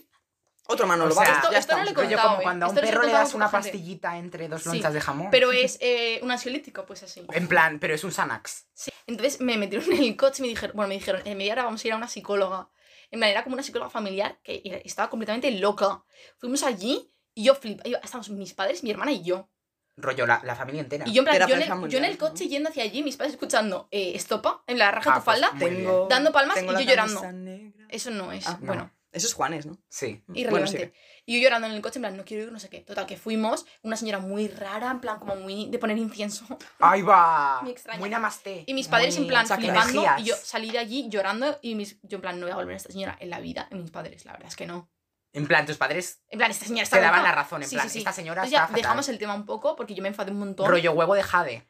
Otro mano,
O
lo
sea,
vamos,
esto-
ya
esto no
estamos.
le
Rollo
contado,
como
¿eh?
cuando a un
Esto les he
perro le
contado
das
a
una
poca gente.
pastillita entre dos
Sí,
lonchas de jamón.
Pero es eh, un ansiolítico, pues así.
En plan, pero es un Sanax.
Entonces me metieron en el coche y me dijeron, bueno, me dijeron, en media hora vamos a ir a una psicóloga. En plan, era como una psicóloga familiar que era- estaba completamente loca. Fuimos allí y yo flip, iba- estábamos mis padres, mi hermana y yo.
Rollo la, la familia entera.
Y yo en, plan, yo en,
Terapia
el, yo en el
familiar,
coche yendo hacia allí, mis padres escuchando eh, estopa, en la raja
Ah,
de tu
pues,
falda.
muy bien.
Tengo,
dando palmas
tengo
y
la
yo llorando.
camisa negra.
Eso no es,
Ah,
no. Mm,
bueno,
Eso es Juanes, ¿no?
Sí.
Bueno,
Mm. irrelevante.
sigue.
y yo llorando en el coche, en plan, no quiero ir, no sé qué. Total, que fuimos, una señora muy rara, en plan, como muy de poner incienso.
¡Ahí va!
Me extraña.
Muy namaste.
Y mis padres en
Muy
plan
saca
flipando
energías.
y yo salí de allí llorando y mis, yo en plan no voy a volver a esta señora en la vida y mis padres, la verdad es que no.
En plan, tus padres
En plan, esta señora está
te daban
loca.
la razón. En
Sí,
plan,
sí, sí.
esta señora
Entonces
está
ya
fatal.
dejamos el tema un poco porque yo me enfadé un montón.
Rollo huevo de jade.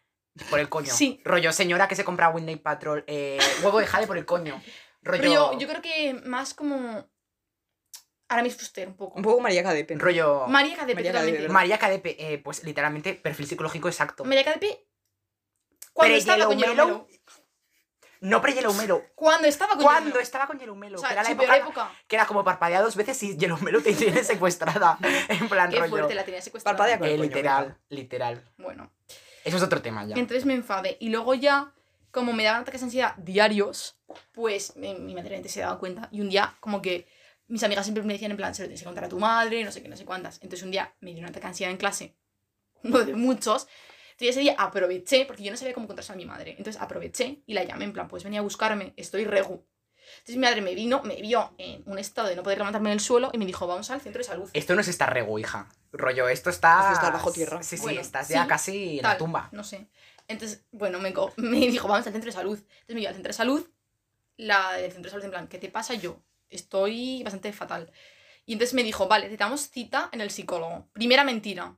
Por el coño.
Sí.
Rollo señora que se compra Windows Patrol. eh, huevo de jade por el coño. Rollo,
Rollo, yo creo que más como ahora me asusté un poco.
Un poco María Cadepe. ¿no?
rollo
María KDP
María KDP,
totalmente.
¿verdad?
María Cadepe. eh, pues literalmente perfil psicológico exacto.
María KDP cuando
Pero
estaba con
Yellow
Yellow
Mellow,
Mellow.
No pre-Yelomelo.
Cuando estaba con Yellow
Cuando
Mellow.
estaba con Yelomelo.
O
que
sea,
era la
su
época,
peor época.
que era como parpadea dos veces y Yelomelo te tiene secuestrada. En plan,
Qué
rollo.
fuerte la tenía secuestrada.
Parpadea con
Eh,
el coño,
literal,
venga.
literal.
Bueno,
Eso es otro tema Ah, ya.
Entonces me enfadé. Y luego ya, como me daban ataques de ansiedad diarios, pues mi, mi madre obviamente se daba cuenta. Y un día, como que mis amigas siempre me decían, en plan, se lo tienes que contar a tu madre, no sé qué, no sé cuántas. Entonces un día me dio un ataque de ansiedad en clase. Uno de muchos. Entonces ese día aproveché, porque yo no sabía cómo contárselo a mi madre. Entonces aproveché y la llamé, en plan, pues venía a buscarme, estoy regu. Entonces mi madre me vino, me vio en un estado de no poder levantarme en el suelo y me dijo, vamos al centro de salud.
Esto no es estar rego, hija. Rollo, esto está.
Esto está bajo tierra.
Sí, sí,
Bueno,
estás ya
sí,
casi en
tal,
la tumba.
No sé. Entonces, bueno, me, co- me dijo, vamos al centro de salud. Entonces me llevó al centro de salud. La del centro de salud, en plan, ¿qué te pasa yo? Estoy bastante fatal. Y entonces me dijo, vale, te damos cita en el psicólogo. Primera mentira.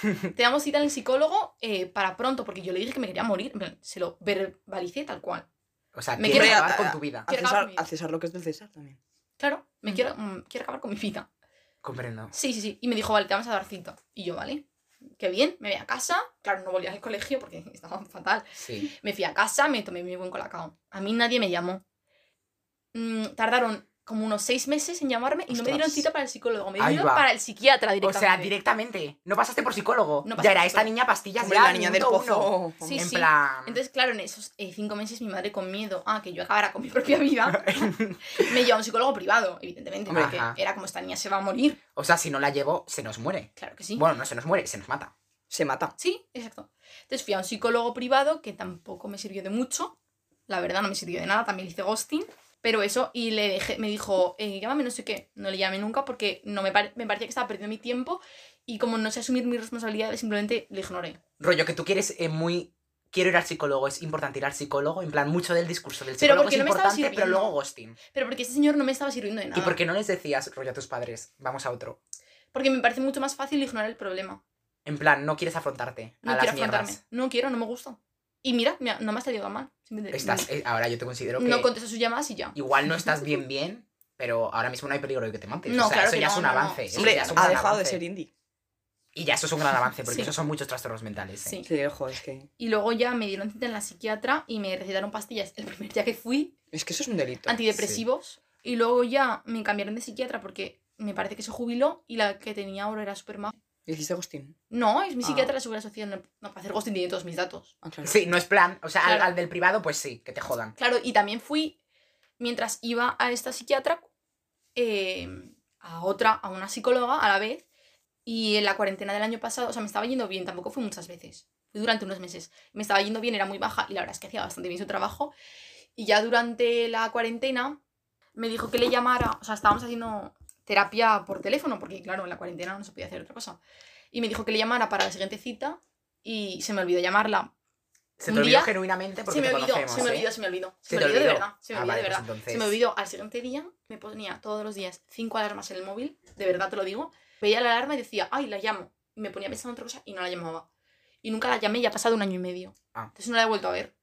Te damos cita en el psicólogo eh, para pronto, porque yo le dije que me quería morir. En plan, se lo verbalicé tal cual.
O sea,
Me
quieres
quiero-
acabar con tu vida.
Al
Quiero
César,
acabar
al César lo que es del César también.
Claro, me
Ujú.
quiero, mm, quiero acabar con mi vida.
Comprendo.
Sí, sí, sí. Y me dijo, vale, te vamos a dar cita. Y yo, vale, qué bien, me voy a casa. Claro, no volví al colegio porque estaba fatal.
Sí.
Me fui a casa, me tomé mi buen colacao. A mí nadie me llamó. Mm, tardaron como unos seis meses en llamarme y no me dieron
Ostras.
cita para el psicólogo, me
Ahí
dieron
va.
para el psiquiatra
O
directamente.
sea, directamente. No pasaste por psicólogo.
No pasé
ya era
por
esta
psicólogo.
niña pastillas,
Hombre,
ya
la niña del
minuto
pozo.
uno.
hombre.
Sí,
en
sí.
plan.
Entonces, claro, en esos eh, cinco meses mi madre con miedo a que yo acabara con mi propia vida, me llevó a un psicólogo privado, evidentemente,
Hombre,
porque
ajá.
era como esta niña se va a morir.
o sea, si no la llevo, se nos muere.
Claro que sí.
Bueno, no se nos muere, se nos mata.
Se mata.
Sí, exacto. Entonces fui a un psicólogo privado que tampoco me sirvió de mucho. La verdad, no me sirvió de nada. También le hice ghosting. Pero eso, y le dejé, me dijo, eh, llámame no sé qué. No le llamé nunca porque no me, pare- me parecía que estaba perdiendo mi tiempo. Y como no sé asumir mis responsabilidades, simplemente le ignoré.
Rollo, que tú quieres eh, muy. Quiero ir al psicólogo, es importante ir al psicólogo. En plan, mucho del discurso del
Pero
psicólogo
porque
es
no me estaba
importante, pero
sirviendo.
luego ghosting.
Pero porque este señor no me estaba sirviendo de nada.
¿Y por qué no les decías, rollo, a tus padres, vamos a otro?
Porque me parece mucho más fácil ignorar el problema.
En plan, no quieres afrontarte
No
a
quiero
las
afrontarme.
mierdas.
No quiero, no me gusta. Y mira, mira, no me ha salido tan mal. Simplemente-
Estás, eh, ahora yo te considero que
No contesto sus llamadas y ya.
igual no estás bien bien, pero ahora mismo no hay peligro de que te mates.
No,
o sea,
claro
eso
que
ya
no,
es un
no, no.
avance. eso
Hombre,
ya
ha
es un gran
dejado de
avance.
ser indie.
Y ya eso es un gran avance, porque
Sí.
esos son muchos trastornos mentales. ¿eh?
Sí.
Sí, ojo, es que...
Y luego ya me dieron cita en la psiquiatra y me recetaron pastillas el primer día que fui,
Es que eso es un delito.
antidepresivos. Y luego ya me cambiaron de psiquiatra porque me parece que se jubiló y la que tenía ahora era súper maja.
¿Hiciste Agustín?
No, es mi
Ah.
psiquiatra, la seguridad social. No, no, para hacer ghosting tiene todos mis datos.
Ah, claro.
Sí, no es plan. O sea, al-
Claro.
al, del privado, pues sí, que te jodan.
Claro, y también fui, mientras iba a esta psiquiatra, eh, a otra, a una psicóloga a la vez. Y en la cuarentena del año pasado, o sea, me estaba yendo bien, tampoco fui muchas veces. Fui durante unos meses. Me estaba yendo bien, era muy baja y la verdad es que hacía bastante bien su trabajo. Y ya durante la cuarentena me dijo que le llamara, o sea, estábamos haciendo terapia por teléfono, porque claro, en la cuarentena no se podía hacer otra cosa. Y me dijo que le llamara para la siguiente cita y se me olvidó llamarla.
Se
Un
te olvidó
día-
genuinamente porque
se me
te
olvidó,
conocemos.
se me
¿eh?
olvidó, se me olvidó.
Se
Se me
te
olvidó de
olvidó.
verdad, se me
Ah,
olvidó
vale,
de
pues
verdad.
entonces-
Se me olvidó. Al siguiente día me ponía todos los días cinco alarmas en el móvil, de verdad te lo digo. Veía la alarma y decía, ay, la llamo. Y me ponía pensando en otra cosa y no la llamaba. Y nunca la llamé y ha pasado un año y medio.
Ah.
Entonces no la he vuelto a ver.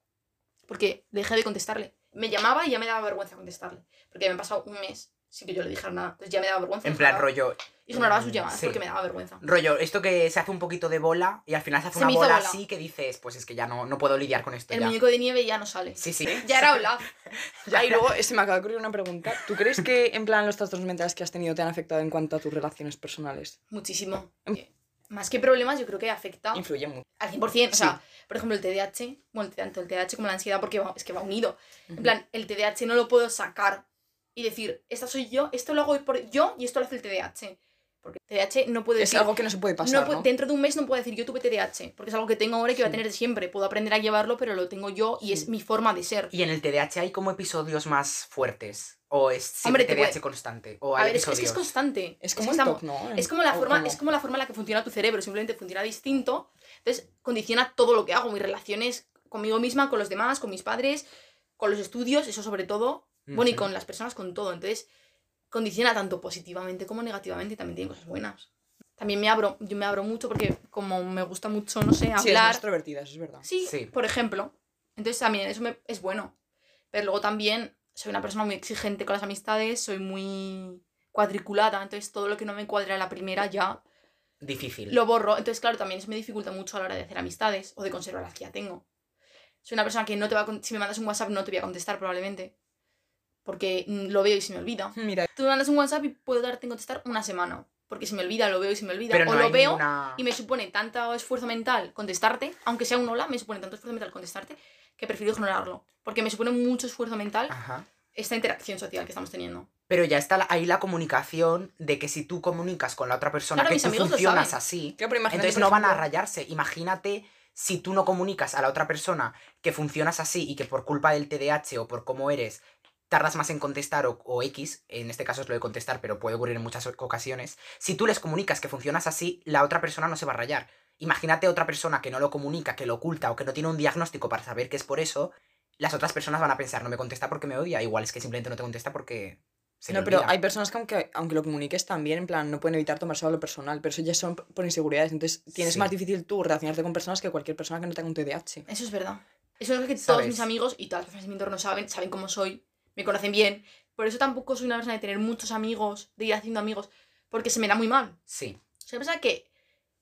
Porque dejé de contestarle. Me llamaba y ya me daba vergüenza contestarle. Porque me han pasado un mes sin que yo le dijera nada. Entonces ya me daba vergüenza.
En plan,
ignoraba-
rollo,
Ignoraba sus
mm,
llamadas
sí.
porque me daba vergüenza.
rollo, esto que se hace un poquito de bola y al final se hace
Se
una
me hizo
bola,
bola.
así que dices, pues es que ya no, no puedo lidiar con esto.
El
ya.
muñeco de nieve ya no sale.
Sí, sí.
Ya era Olaf.
Ah, y luego eh, se me acaba de ocurrir una pregunta. ¿Tú crees que, en plan, los trastornos mentales que has tenido te han afectado en cuanto a tus relaciones personales?
Muchísimo.
Em-
Eh, Más que problemas, yo creo que afecta
Influye mucho.
al 100%. O sea, por ejemplo, el TDAH, bueno, tanto el TDAH como la ansiedad, porque va- es que va unido. En plan, el TDAH no lo puedo sacar y decir, esta soy yo, esto lo hago por yo y esto lo hace el TDAH. Porque el TDAH no puede
Es
decir.
algo que no se puede
no
pasar,
pu-
¿no?
Dentro de un mes no puedo decir yo tuve TDAH, porque es algo que tengo ahora y que voy a
Sí.
tener siempre. Puedo aprender a llevarlo, pero lo tengo yo y es
Sí.
mi forma de ser.
Y en el TDAH hay como episodios más fuertes. O es siempre
Hombre, te
TDAH
puede-
constante. O
A
hay
ver, es, es que es
episodios.
constante.
Es como
que
el
estamos-
TOC, ¿no?
Es como, la
O
forma, es como la forma en la que funciona tu cerebro, simplemente funciona distinto. Entonces, condiciona todo lo que hago, mis relaciones conmigo misma, con los demás, con mis padres, con los estudios, eso sobre todo.
Mm,
Bueno, y
Ujú.
con las personas, con todo. Entonces, condiciona tanto positivamente como negativamente y también tiene cosas buenas. También me abro, yo me abro mucho porque como me gusta mucho, no
Sí,
sé,
es más
hablar.
extrovertida, eso es verdad.
Sí,
Sí.
por ejemplo. Entonces también eso me- es bueno. Pero luego también soy una persona muy exigente con las amistades, soy muy cuadriculada, entonces todo lo que no me cuadra a la primera ya
Difícil.
lo borro. Entonces, claro, también eso me dificulta mucho a la hora de hacer amistades o de conservar las que ya tengo. Soy una persona que no te va a... con- Si me mandas un WhatsApp no te voy a contestar probablemente. Porque mm, lo veo y se me olvida.
Mira,
Tú me mandas un WhatsApp y puedo darte en contestar una semana. Porque se me olvida, lo veo y se me olvida.
Pero
o
no
lo
hay
veo
ninguna-
y me supone tanto esfuerzo mental contestarte, aunque sea un hola, me supone tanto esfuerzo mental contestarte que prefiero ignorarlo. Porque me supone mucho esfuerzo mental
Ah.
Ajá.
esta interacción social que estamos teniendo.
Pero ya está la- ahí la comunicación de que si tú comunicas con la otra persona
Claro,
que
mis
tú
amigos lo
funcionas
saben.
así,
claro, pero imagínate,
entonces
por
no van a
ejemplo,
rayarse. Imagínate si tú no comunicas a la otra persona que funcionas así y que por culpa del TDAH o por cómo eres tardas más en contestar o, o X, en este caso es lo de contestar, pero puede ocurrir en muchas o- ocasiones, si tú les comunicas que funcionas así, la otra persona no se va a rayar. Imagínate otra persona que no lo comunica, que lo oculta o que no tiene un diagnóstico para saber que es por eso, las otras personas van a pensar, no me contesta porque me odia, igual es que simplemente no te contesta porque... Se le
no, pero
olvida".
hay personas que aunque, aunque lo comuniques también, en plan, no pueden evitar tomarse a lo personal, pero eso ya son p- por inseguridades. Entonces tienes
Sí.
más difícil tú relacionarte con personas que cualquier persona que no tenga un TDAH.
Eso es verdad. Eso es lo que todos
¿Sabes?
mis amigos y todas las personas de mi entorno saben, saben cómo soy, me conocen bien. Por eso tampoco soy una persona de tener muchos amigos, de ir haciendo amigos, porque se me da muy mal.
Sí,
Soy una persona que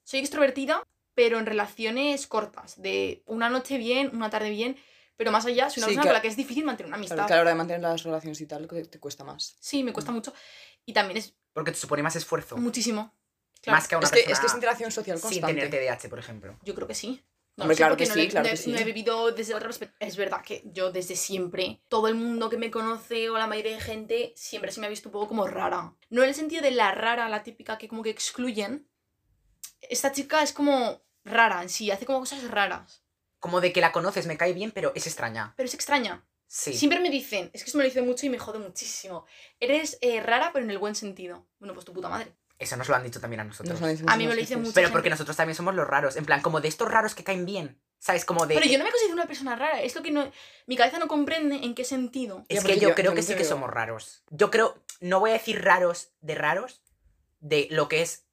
soy extrovertida, pero en relaciones cortas, de una noche bien, una tarde bien, pero más allá, soy una
Sí,
persona
que-
con la que es difícil mantener una amistad.
Claro, que a la hora de mantener las relaciones y tal que te cuesta más.
Sí, me cuesta mucho. Y también es
porque te supone más esfuerzo,
muchísimo. Claro,
más que a una
Es que, es que es
persona
interacción social
sin
constante.
tener TDAH, por ejemplo.
Yo creo que sí.
Hombre,
lo sé,
claro
porque
que
no
sí,
lo he-
claro
no
que
he-
sí.
No he vivido desde otra perspectiva. Es verdad que yo desde siempre, todo el mundo que me conoce o la mayoría de gente, siempre se me ha visto un poco como rara. No en el sentido de la rara, la típica que como que excluyen. Esta chica es como rara en sí, hace como cosas raras.
Como de que la conoces, me cae bien, pero es extraña.
Pero es extraña.
Sí.
Siempre me dicen, es que esto me lo dicen mucho y me jode muchísimo. Eres eh, rara, pero en el buen sentido. Bueno, pues tu puta madre.
Eso nos lo han dicho también a nosotros.
Nos lo dicen
A mí
muchísimas
me lo dicen
veces.
mucho.
Pero
gente.
porque nosotros también somos los raros. En plan, como de estos raros que caen bien. ¿Sabes? Como de.
Pero yo no me considero una persona rara. Es lo que no. Mi cabeza no comprende en qué sentido.
Ya,
Es
porque
que yo,
yo-
creo
yo no
que sí
te
que
veo.
somos raros. Yo creo. No voy a decir raros de raros. De lo que es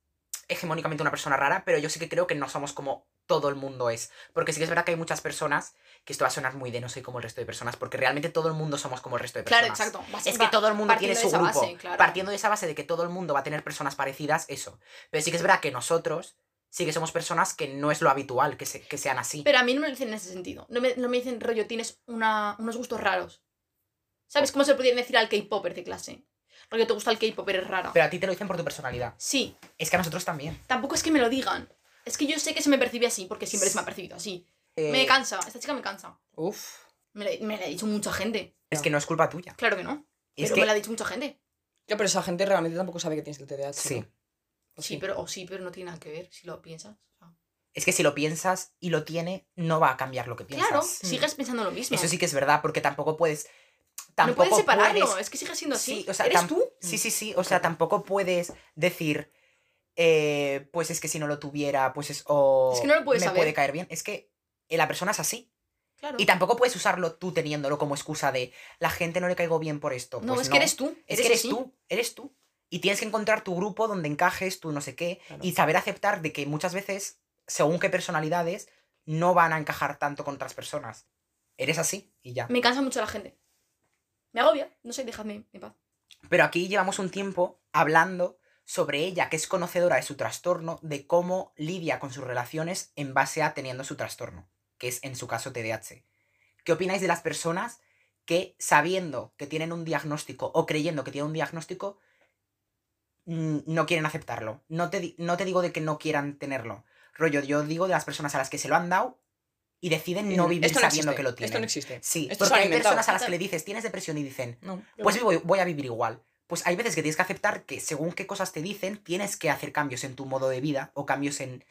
hegemónicamente una persona rara. Pero yo sí que creo que no somos como todo el mundo es. Porque sí que es verdad que hay muchas personas. Que esto va a sonar muy de no soy como el resto de personas. Porque realmente todo el mundo somos como el resto de
Claro,
personas.
exacto. Vas-
Es que
va-
todo el mundo tiene
partiendo de
su
esa
grupo.
base, claro.
Partiendo de esa base de que todo el mundo va a tener personas parecidas, eso. Pero sí que es verdad que nosotros sí que somos personas que no es lo habitual que, se- que sean así.
Pero a mí no me lo dicen en ese sentido. No me, no me dicen, rollo, tienes una, unos gustos raros. ¿Sabes cómo se lo podrían decir al K-Popper de clase? Rollo, te gusta el K-Popper, eres rara.
Pero a ti te lo dicen por tu personalidad.
Sí,
Es que a nosotros también.
tampoco es que me lo digan. Es que yo sé que se me percibe así, porque siempre se me ha percibido así. Me
Eh,
cansa, esta chica me cansa.
Uf.
Me la, me la ha dicho mucha gente.
es que no es culpa tuya.
Claro que no.
Es
pero
que...
me la ha dicho mucha gente.
Ya, pero esa gente realmente tampoco sabe que tienes el TDAH.
Sí.
¿no? Pues
sí, pero o sí, pero no tiene nada que ver si lo piensas. O sea,
Es que si lo piensas y lo tiene, no va a cambiar lo que piensas. mm.
claro,
Sí.
sigues pensando lo mismo.
Eso sí que es verdad, porque tampoco puedes.
no
Tampoco
puedes separarlo,
puedes-
es que sigues siendo así.
Sí, o sea,
¿Eres
tam-
tú?
Sí, sí, sí. O sea, tampoco puedes decir. eh, pues es que si no lo tuviera, pues es. O
Es que no lo puedes
me
saber.
puede caer bien. Es que eh, la persona es así.
Claro.
Y tampoco puedes usarlo tú teniéndolo como excusa de la gente no le caigo bien por esto.
no,
Pues
es que eres tú.
Es que eres
así.
tú, eres tú. Y tienes que encontrar tu grupo donde encajes, tu no sé qué,
Claro.
y saber aceptar de que muchas veces, según qué personalidades, no van a encajar tanto con otras personas. Eres así y ya.
Me cansa mucho la gente. Me agobia. No sé, dejadme en paz.
Pero aquí llevamos un tiempo hablando sobre ella, que es conocedora de su trastorno, de cómo lidia con sus relaciones en base a teniendo su trastorno, que es en su caso TDAH. ¿Qué opináis de las personas que sabiendo que tienen un diagnóstico o creyendo que tienen un diagnóstico, mm, no quieren aceptarlo? No te, di- no te digo de que no quieran tenerlo. Rollo, yo digo de las personas a las que se lo han dado y deciden no vivir
Mm, Esto
sabiendo
existe,
que lo tienen.
Esto no existe.
Sí,
Esto se
porque
lo
hay
han inventado.
personas a las que le dices, tienes depresión y dicen,
No.
pues vivo, voy a vivir igual. Pues hay veces que tienes que aceptar que según qué cosas te dicen, tienes que hacer cambios en tu modo de vida o cambios en,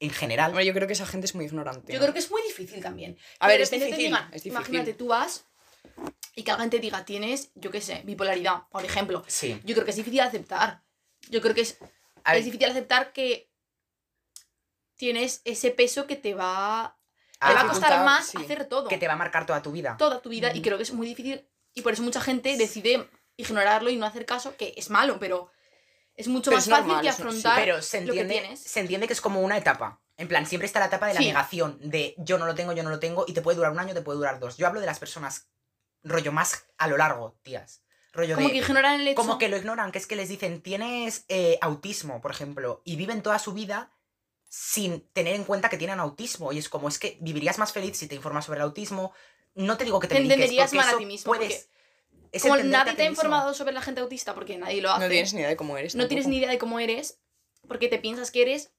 en general.
Hombre, yo creo que esa gente es muy ignorante.
Yo
¿no?
creo que es muy difícil también.
A
Que
ver,
de
es
repente te
difícil,
digan,
es difícil.
Imagínate, tú vas y que alguien te diga, tienes, yo qué sé, bipolaridad, por ejemplo.
Sí.
Yo creo que es difícil aceptar. Yo creo que es,
A ver,
es difícil aceptar que tienes ese peso que te va,
a
te
ver,
va a
que-
costar
dificultad,
más
sí.
hacer todo.
que te va a marcar toda tu vida.
Toda tu vida. Y
Ujú.
creo que es muy difícil. Y por eso mucha gente decide ignorarlo y no hacer caso, que es malo, pero es mucho
Pero
más
es
fácil
normal,
que
es- sí,
afrontar.
Pero se
lo que
entiende,
tienes.
se entiende que es como una etapa. En plan, siempre está la etapa de la
Sí.
negación, de yo no lo tengo, yo no lo tengo, y te puede durar un año, te puede durar dos. Yo hablo de las personas, rollo más a lo largo, tías. Rollo
como
de...
que ignorar el hecho.
Como que lo ignoran, que es que les dicen, tienes eh, autismo, por ejemplo, y viven toda su vida sin tener en cuenta que tienen autismo. Y es como, es que vivirías más feliz si te informas sobre el autismo. No te digo que te,
Te
mediques,
entenderías
porque
mal a
eso
ti mismo,
puedes- es
como
entenderte
nadie
a
te ha
mismo.
informado sobre la gente autista, porque nadie lo hace.
No tienes ni idea de cómo eres.
no tienes ni
tampoco.
idea de cómo eres, porque te piensas que eres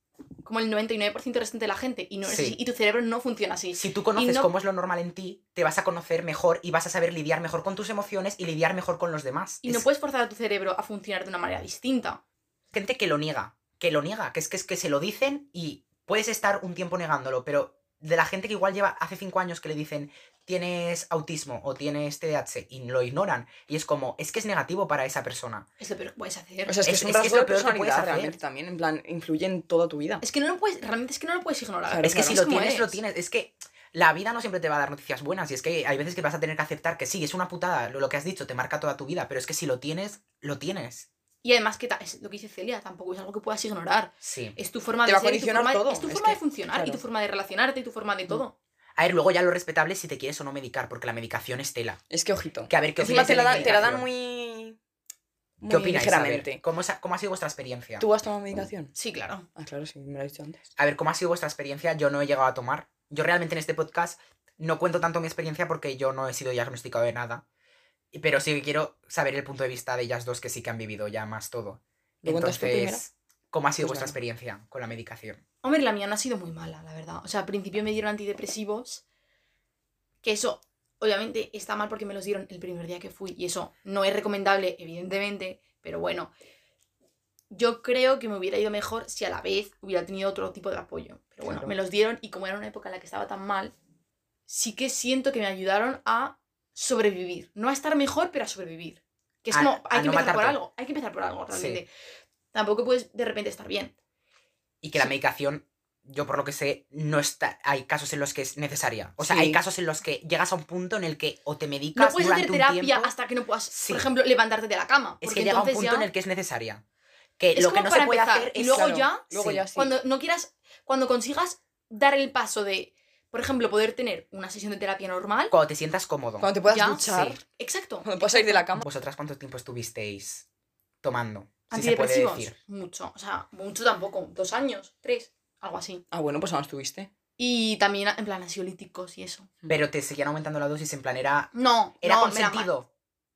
como el 99% restante de la gente, y no eres
Sí.
así, y tu cerebro no funciona así.
Si tú conoces
no-
cómo es lo normal en ti, te vas a conocer mejor y vas a saber lidiar mejor con tus emociones y lidiar mejor con los demás.
Y
Es
no puedes forzar a tu cerebro a funcionar de una manera distinta.
gente que lo niega, que lo niega, que es que, es que se lo dicen y puedes estar un tiempo negándolo, pero de la gente que igual lleva hace cinco años que le dicen tienes autismo o tienes TDAH y lo ignoran. Y es como, es que es negativo para esa persona.
Es lo peor que puedes hacer.
O sea, es que
Es-
es, un
es que es
rasgo
lo
de
peor que puedes
personalidad
hacer. ¿eh?
realmente también. En plan, influye en toda tu vida.
es que no lo puedes, realmente es que no lo puedes ignorar.
Claro,
Es que si lo
como
tienes, lo
eres.
tienes. Es que la vida no siempre te va a dar noticias buenas. Y es que hay veces que vas a tener que aceptar que sí, es una putada. Lo, lo que has dicho te marca toda tu vida. Pero es que si lo tienes, lo tienes.
Y además, que ta- es lo que dice Celia, tampoco es algo que puedas ignorar.
Sí.
Es tu forma
Te
de
va a
ser, y tu
condicionar
forma,
todo,
Es tu
es
forma
que-
de funcionar y
claro. Mm.
tu forma de relacionarte y tu forma de todo.
A ver, luego ya lo respetable es si te quieres o no medicar, porque la medicación es tela.
Es que ojito.
Que a ver, ¿qué
Encima
opináis
te
de
la,
la
dan- te la dan
medicación?
muy. muy
¿Qué opináis? A ver,
ligeramente.
¿cómo, es- ¿Cómo ha sido vuestra experiencia?
¿Tú has tomado medicación?
Sí, claro.
Ah, claro, sí, me lo has dicho antes.
A ver, ¿cómo ha sido vuestra experiencia? Yo no he llegado a tomar. Yo realmente en este podcast no cuento tanto mi experiencia porque yo no he sido diagnosticado de nada. Y- Pero sí que quiero saber el punto de vista de ellas dos que sí que han vivido ya más todo.
¿Lo cuentas tú primero?
Entonces, ¿cómo ha sido
Pues
vuestra
dale.
experiencia con la medicación?
Hombre, la mía no ha sido muy mala, la verdad. O sea, al principio me dieron antidepresivos, que eso obviamente está mal porque me los dieron el primer día que fui y eso no es recomendable, evidentemente, pero bueno, yo creo que me hubiera ido mejor si a la vez hubiera tenido otro tipo de apoyo. Pero bueno,
Claro.
me los dieron y como era una época en la que estaba tan mal, sí que siento que me ayudaron a sobrevivir, no a estar mejor, pero a sobrevivir. Que es
A-
como,
a
hay que
no
empezar por
matarte.
algo, hay que empezar por algo,
Sí.
realmente. Tampoco puedes de repente estar bien.
Y que la medicación, yo por lo que sé, no está. Hay casos en los que es necesaria. O sea,
Sí.
hay casos en los que llegas a un punto en el que o te medicas
No puedes hacer
durante un
terapia
tiempo.
hasta que no puedas,
Sí.
por ejemplo, levantarte de la cama.
Es
porque
que llega un
entonces
punto
ya...
en el que es necesaria. Que
Es
lo que
como
no se
para
puede
empezar,
hacer
y
es.
luego
Claro,
ya,
Luego
sí.
ya sí.
Cuando no quieras, cuando consigas dar el paso de, por ejemplo, poder tener una sesión de terapia normal.
Cuando te sientas cómodo.
Cuando te puedas
Ya,
duchar,
sí.
Exacto.
cuando puedas salir de la cama.
¿Vosotras cuánto tiempo estuvisteis tomando? Si se puede
Antidepresivos.
decir.
mucho. O sea, mucho tampoco. Dos años, tres, algo así.
Ah, bueno, pues no estuviste.
Y también en plan ansiolíticos y eso.
Pero te seguían aumentando la dosis en plan era.
No,
Era
no, me la ma-
consentido.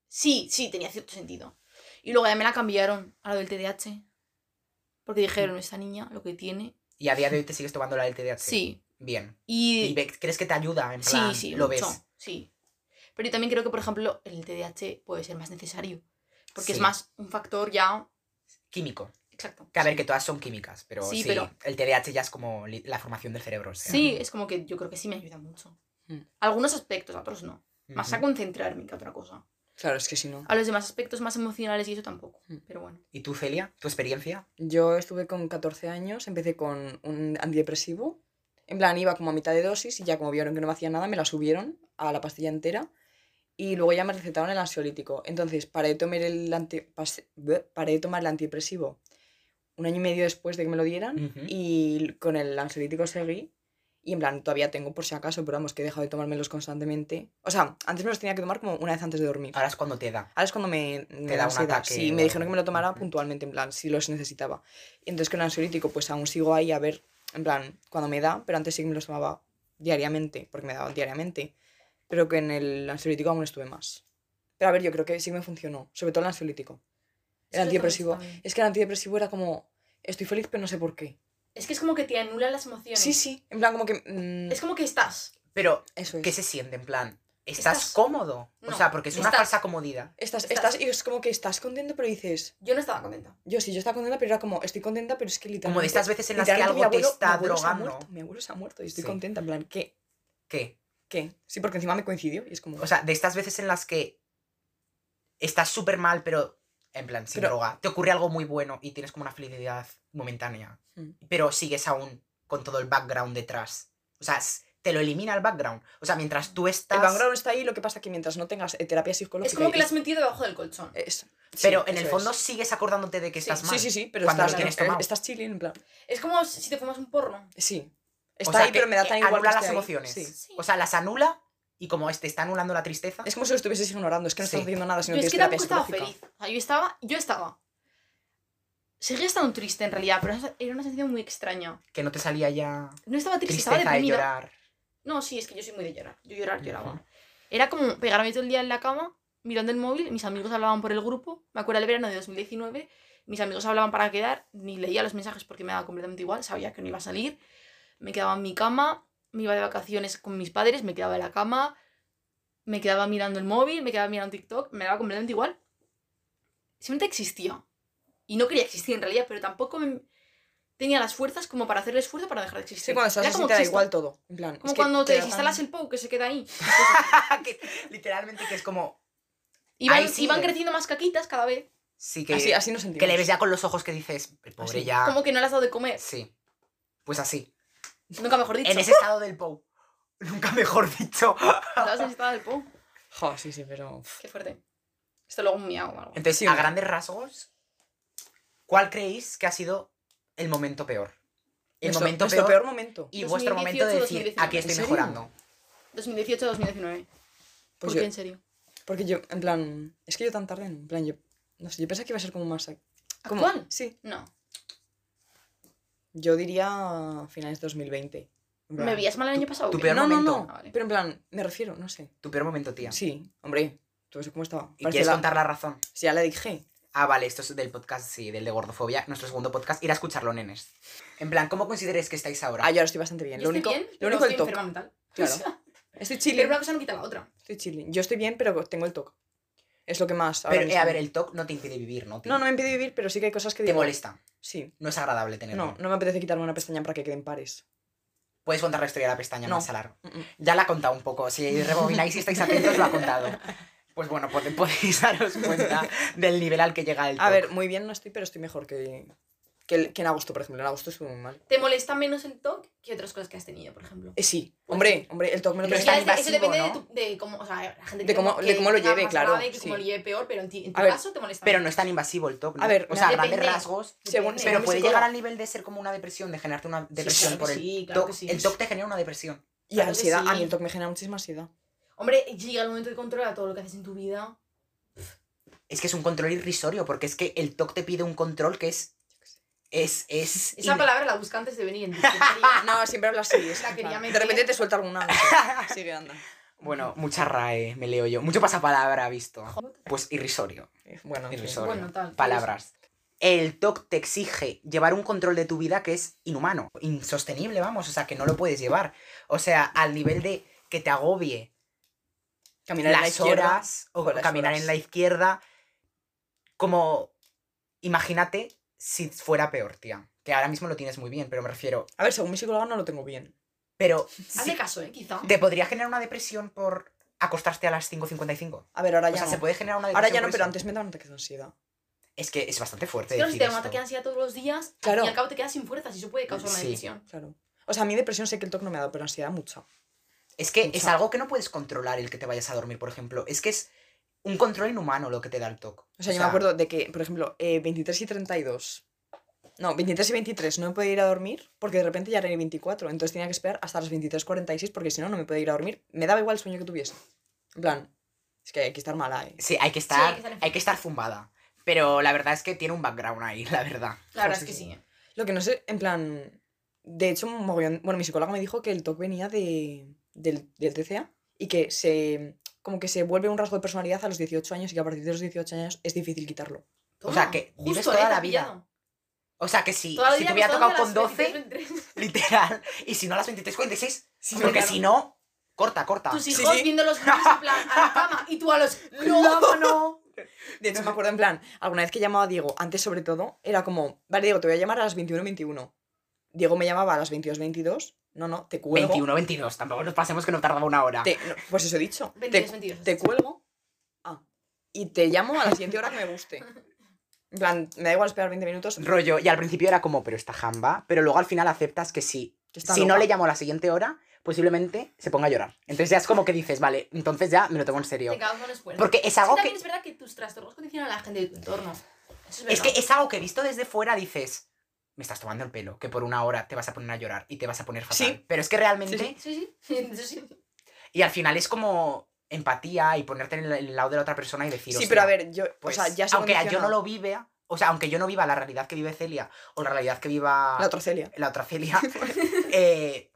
Sí, sí, tenía cierto sentido. Y luego ya me la cambiaron a lo del TDAH. Porque dijeron, esta niña lo que tiene.
Y a día de hoy te sigues tomando la del TDAH.
Sí.
Bien.
Y,
¿Y ve- crees que te ayuda? En
Sí,
plan,
sí,
lo
mucho,
ves.
Sí. Pero yo también creo que, por ejemplo, el TDAH puede ser más necesario. Porque es
Sí.
más un factor ya.
Químico.
Exacto.
Que a ver, que todas son químicas, pero
Sí,
sí,
pero-
el TDAH ya es como li- la formación del cerebro. o sea.
Sí, es como que yo creo que sí me ayuda mucho.
Mm.
Algunos aspectos, a otros no. Más a
Ujú.
concentrarme que a otra cosa.
Claro, es que si no.
A los demás aspectos más emocionales y eso tampoco.
Mm.
Pero bueno.
¿Y tú, Celia? ¿Tu experiencia?
Yo estuve con 14 años, empecé con un antidepresivo. En plan, iba como a mitad de dosis y ya como vieron que no me hacía nada, me la subieron a la pastilla entera y luego ya me recetaron el ansiolítico. Entonces, paré de tomar el, anti... pas- bleh, paré de tomar el antidepresivo un año y medio después de que me lo dieran
Ujú.
y con el ansiolítico seguí. Y en plan, todavía tengo por si acaso, pero vamos, que he dejado de tomármelos constantemente. O sea, antes me los tenía que tomar como una vez antes de dormir.
Ahora es cuando te da.
Ahora es cuando me, me
Te da
da
un
ansiedad.
ataque
Sí,
o
me dijeron que me lo tomara
algo.
puntualmente, en plan, si los necesitaba. Y entonces con el ansiolítico, pues aún sigo ahí a ver, en plan, cuando me da, pero antes sí que me los tomaba diariamente, porque me daba diariamente. Pero que en el ansiolítico aún estuve más. Pero a ver, yo creo que sí me funcionó, sobre todo el ansiolítico. El
Es que eso también
antidepresivo.
está bien.
Es que el antidepresivo era como, estoy feliz, pero no sé por qué.
Es que es como que te anula las emociones.
Sí, sí, en plan, como que. mm,
Es como que estás.
Pero,
Eso es.
¿qué se siente? En plan, ¿estás,
Estás-
cómodo?
No,
o sea, porque es una
estás.
falsa comodidad.
Estás,
estás-
estás, y es como que estás contento, pero dices,
Yo no estaba contenta.
yo sí, yo estaba contenta, pero era como, estoy contenta, pero es que literalmente.
Como de estas veces en las que
Literalmente, mi
algo te
abuelo- mi
está
abuelo se ha
drogando.
muerto, mi abuelo se ha muerto y estoy
Sí.
contenta, en plan, ¿qué?
¿Qué?
¿Qué? Sí, porque encima me coincidió y es como...
O sea, de estas veces en las que estás súper mal, pero en plan, sin
Pero-
droga, te ocurre algo muy bueno y tienes como una felicidad momentánea,
Mm.
pero sigues aún con todo el background detrás. O sea, s- te lo elimina el background. O sea, mientras tú estás...
el background está ahí, lo que pasa que mientras no tengas eh, terapia psicológica...
Es como que
y-
la has metido debajo del colchón.
es- sí,
Pero en el
eso
fondo
es.
sigues acordándote de que
Sí,
estás mal.
Sí, sí, sí, pero
cuando
estás,
lo tienes
eh,
tomado.
estás chilling, en plan...
Es como si te fumas un porno.
Sí.
O
Está
sea,
ahí,
que
pero me da tan
eh,
igual que
anula las
esté ahí,
emociones.
sí.
Sí.
O sea, las anula y como este está anulando la tristeza...
Es como si lo estuvieses ignorando, es que no
Sí.
estás haciendo nada,
Yo
sino que
es
es
que
terapia
tampoco estaba
psicológica.
feliz. O sea, yo estaba, yo estaba. Seguía estando triste en realidad, pero esa- era una sensación muy extraña.
Que no te salía ya
No estaba triste,
tristeza
estaba
de
deprimida.
llorar.
No, sí, es que yo soy muy de llorar. Yo llorar,
Ujú.
lloraba. Era como pegarme todo el día en la cama, mirando el móvil, mis amigos hablaban por el grupo. Me acuerdo del verano de 2019, mis amigos hablaban para quedar, ni leía los mensajes porque me daba completamente igual, sabía que no iba a salir. Me quedaba en mi cama, me iba de vacaciones con mis padres, me quedaba en la cama, me quedaba mirando el móvil, me quedaba mirando TikTok, me daba completamente igual. Simplemente existía. Y no quería existir en realidad, pero tampoco me... tenía las fuerzas como para hacer el esfuerzo para dejar de existir.
Sí, cuando estás
Era
así
como
te da
chista.
igual todo. En plan,
Como
es que
cuando te
da
desinstalas
tan-
el Pou, que se queda ahí.
que, literalmente que es como.
Y van,
Ahí
y van
eh.
sigue.
creciendo más caquitas cada vez.
Sí, que,
Así, así nos sentimos.
que le ves ya con los ojos que dices, el pobre
Así,
ya.
Como que no le has dado de comer.
Sí. Pues así.
Nunca mejor dicho.
En ese estado del Pou. Nunca mejor dicho.
Estabas en estado del Pou.
Jo, sí, sí, pero... pff,
Qué fuerte. Esto luego un miau o algo.
Entonces,
Sí,
a
hombre.
grandes rasgos, ¿cuál creéis que ha sido el momento peor? El
nuestro-
momento
nuestro
peor,
peor momento. Pues
y vuestro momento de
2018,
decir,
2019.
aquí estoy
¿En serio?
mejorando.
2018-2019. ¿Por
Pues
qué
yo-
en serio?
porque yo, en plan... Es que yo tan tarde, en plan, yo... No sé, yo pensaba que iba a ser como más... ac- como-
¿Actual?
Sí.
No.
Yo diría finales de 2020. en plan-
¿Me vías mal el año pasado? o
tu
qué?
peor
No, no,
momento.
no.
Ah, vale.
Pero en plan, me refiero, no sé.
Tu peor momento, tía.
Sí, hombre. ¿Tú ves cómo estaba?
¿Y
Parece
quieres
la-
contar la razón?
Si ya la dije.
Ah, vale, esto es del podcast, sí, del de gordofobia, nuestro segundo podcast. Ir a escucharlo, nenes. En plan, ¿cómo consideráis que estáis ahora?
Ah, yo ahora estoy bastante bien.
Yo
Lo
estoy
único,
bien,
lo
pero
único el
estoy
toque.
enferma mental.
Claro.
O sea,
Estoy
Pero
chilling.
una cosa no quita la otra.
Estoy chilling. Yo estoy bien, pero tengo el toque. Es lo que más. ahora
Pero, eh,
mismo.
a ver, el TOC no te impide vivir, ¿no? tío?
No, no me impide vivir, pero sí que hay cosas que
Te
digo.
molesta.
Sí.
No es agradable tenerlo.
No, no me apetece quitarme una pestaña para que queden pares.
Puedes contar la historia de la pestaña
No.
más a largo.
Mm, mm.
Ya la he contado un poco. Si rebobináis y estáis atentos, lo ha contado. Pues bueno, pod- podéis daros cuenta del nivel al que llega el
A
TOC.
ver, muy bien no estoy, pero estoy mejor que, que, el- que en agosto, por ejemplo. En agosto estuve muy mal.
¿Te molesta menos el TOC que otras cosas que has tenido, por ejemplo?
Eh, sí.
Pues
Hombre, hombre, el toque me lo
Pero
Ya
tan
prestan-
es de- eso
invasivo,
depende de,
¿no?
tu- de cómo, o sea, la gente
De
que
cómo-
tenga-
de
que
cómo lo
tenga
lleve,
más
claro,
grave, que cómo
sí.
lo lleve peor, pero en ti, en tu
A ver,
caso te molesta.
Pero no
menos.
es tan invasivo el TOC. ¿no?
A ver,
o sea, a
depende.
grandes rasgos.
según-
Depende.
según
Pero
mi
puede
psicóloga.
llegar al nivel de ser como una depresión, de generarte una depresión
claro
por
que
el
sí, claro
TOC.
que sí.
El TOC te genera una depresión.
Y
Claro que
ansiedad. A
sí.
mí el toque me genera muchísima ansiedad.
Hombre, llega el momento de controlar todo lo que haces en tu vida.
Es que es un control irrisorio, porque es que el TOC te pide un control que es. Es. es
Esa
in-
palabra la busca antes de venir en
Ah,
No, siempre hablas así. es
La
en
quería
plan, de
meter.
repente te suelta alguna. no sé. Sigue, anda.
Bueno, mucha RAE, me leo yo. Mucho pasapalabra visto. Pues irrisorio.
Eh, Bueno,
Irrisorio.
sí.
Bueno, tal.
palabras. El TOC te exige llevar un control de tu vida que es inhumano, insostenible, vamos, o sea, que no lo puedes llevar. O sea, al nivel de que te agobie
caminar en la
las
izquierda.
horas o
o las
caminar
horas.
en la izquierda, como imagínate si fuera peor, tía. Que ahora mismo lo tienes muy bien, pero me refiero.
A ver, según mi psicóloga no lo tengo bien.
Pero
Hazle
sí,
caso, ¿eh? Quizá.
te podría generar una depresión por acostarte a las 5.55.
A ver, ahora
O
ya
sea,
no.
se puede generar una depresión.
Ahora ya
por
no, pero
eso.
antes me daban ataques de ansiedad.
Es que es bastante fuerte.
Claro,
decir
si te da un
esto.
ataque de ansiedad todos los días,
Claro.
y al cabo te quedas sin fuerzas y eso puede causar una
Sí.
depresión.
Claro. O sea, a mí depresión sé que el TOC no me ha dado, pero ansiedad mucha.
Es que es
Mucho.
algo que no puedes controlar el que te vayas a dormir, por ejemplo. Es que es un control inhumano lo que te da el TOC.
O sea, yo me acuerdo de que, por ejemplo, eh, 23 y 32. No, 23 y 23 no me podía ir a dormir porque de repente ya era el 24. Entonces tenía que esperar hasta las 23.46 porque si no, no me podía ir a dormir. Me daba igual el sueño que tuviese. En plan, es que hay que estar mala, ¿eh?
Sí, hay que estar,
hay que estar enfermo.
hay que estar zumbada. Pero la verdad es que tiene un background ahí, la verdad.
La verdad
Sí,
es que
sí.
sí. ¿eh?
Lo que no sé, en plan. De hecho, un mogollón- Bueno, mi psicóloga me dijo que el TOC venía de, del, del TCA y que se. Como que se vuelve un rasgo de personalidad a los 18 años y que a partir de los 18 años es difícil quitarlo.
O sea, que
Toma,
vives
justo,
toda
¿eh?
la
Te ha
vida.
pillado.
O sea, que si,
Toda la
si
vida
te hubiera
acostado
tocado con
a las
12,
23.
literal, y si no a las 23.46,
Sí,
porque
claro.
si no, corta, corta.
Tus
sí,
hijos
sí.
viendo los vídeos en plan a la cama y tú a los.
¡No, no, no!
De hecho, me acuerdo en plan, alguna vez que llamaba a Diego, antes sobre todo, era como, vale, Diego, te voy a llamar a las 21.21. Diego me llamaba a las 22.22. No, no, te cuelgo.
21, 22, tampoco nos pasemos que no tardaba una hora.
Te- no, pues eso he dicho. Te-
22, 22.
Te cuelgo. Ah. Y te llamo a la siguiente hora que me guste. En plan, me da igual esperar 20 minutos.
Rollo, y al principio era como, pero esta jamba, pero luego al final aceptas que sí,
que está
si
loca.
no le llamo a la siguiente hora, posiblemente se ponga a llorar. Entonces ya es como que dices, vale, entonces ya me lo tomo en serio.
Te cagas con
pues.
esfuerzo.
Porque es
Sí,
algo
también
que
es verdad que tus trastornos condicionan a la gente de tu entorno. Eso es verdad.
es que es algo que visto desde fuera dices, me estás tomando el pelo, que por una hora te vas a poner a llorar y te vas a poner fatal.
Sí.
Pero es que realmente
Sí,
Sí, sí. Eso sí.
y al final es como empatía y ponerte en el- en el lado de la otra persona y decir,
Sí,
"Hostia,
pero a ver, yo,
pues,
o sea, ya se
aunque yo no
condiciona
lo viva, o sea, aunque yo no viva la realidad que vive Celia o la realidad que viva
la otra Celia.
la otra Celia, eh,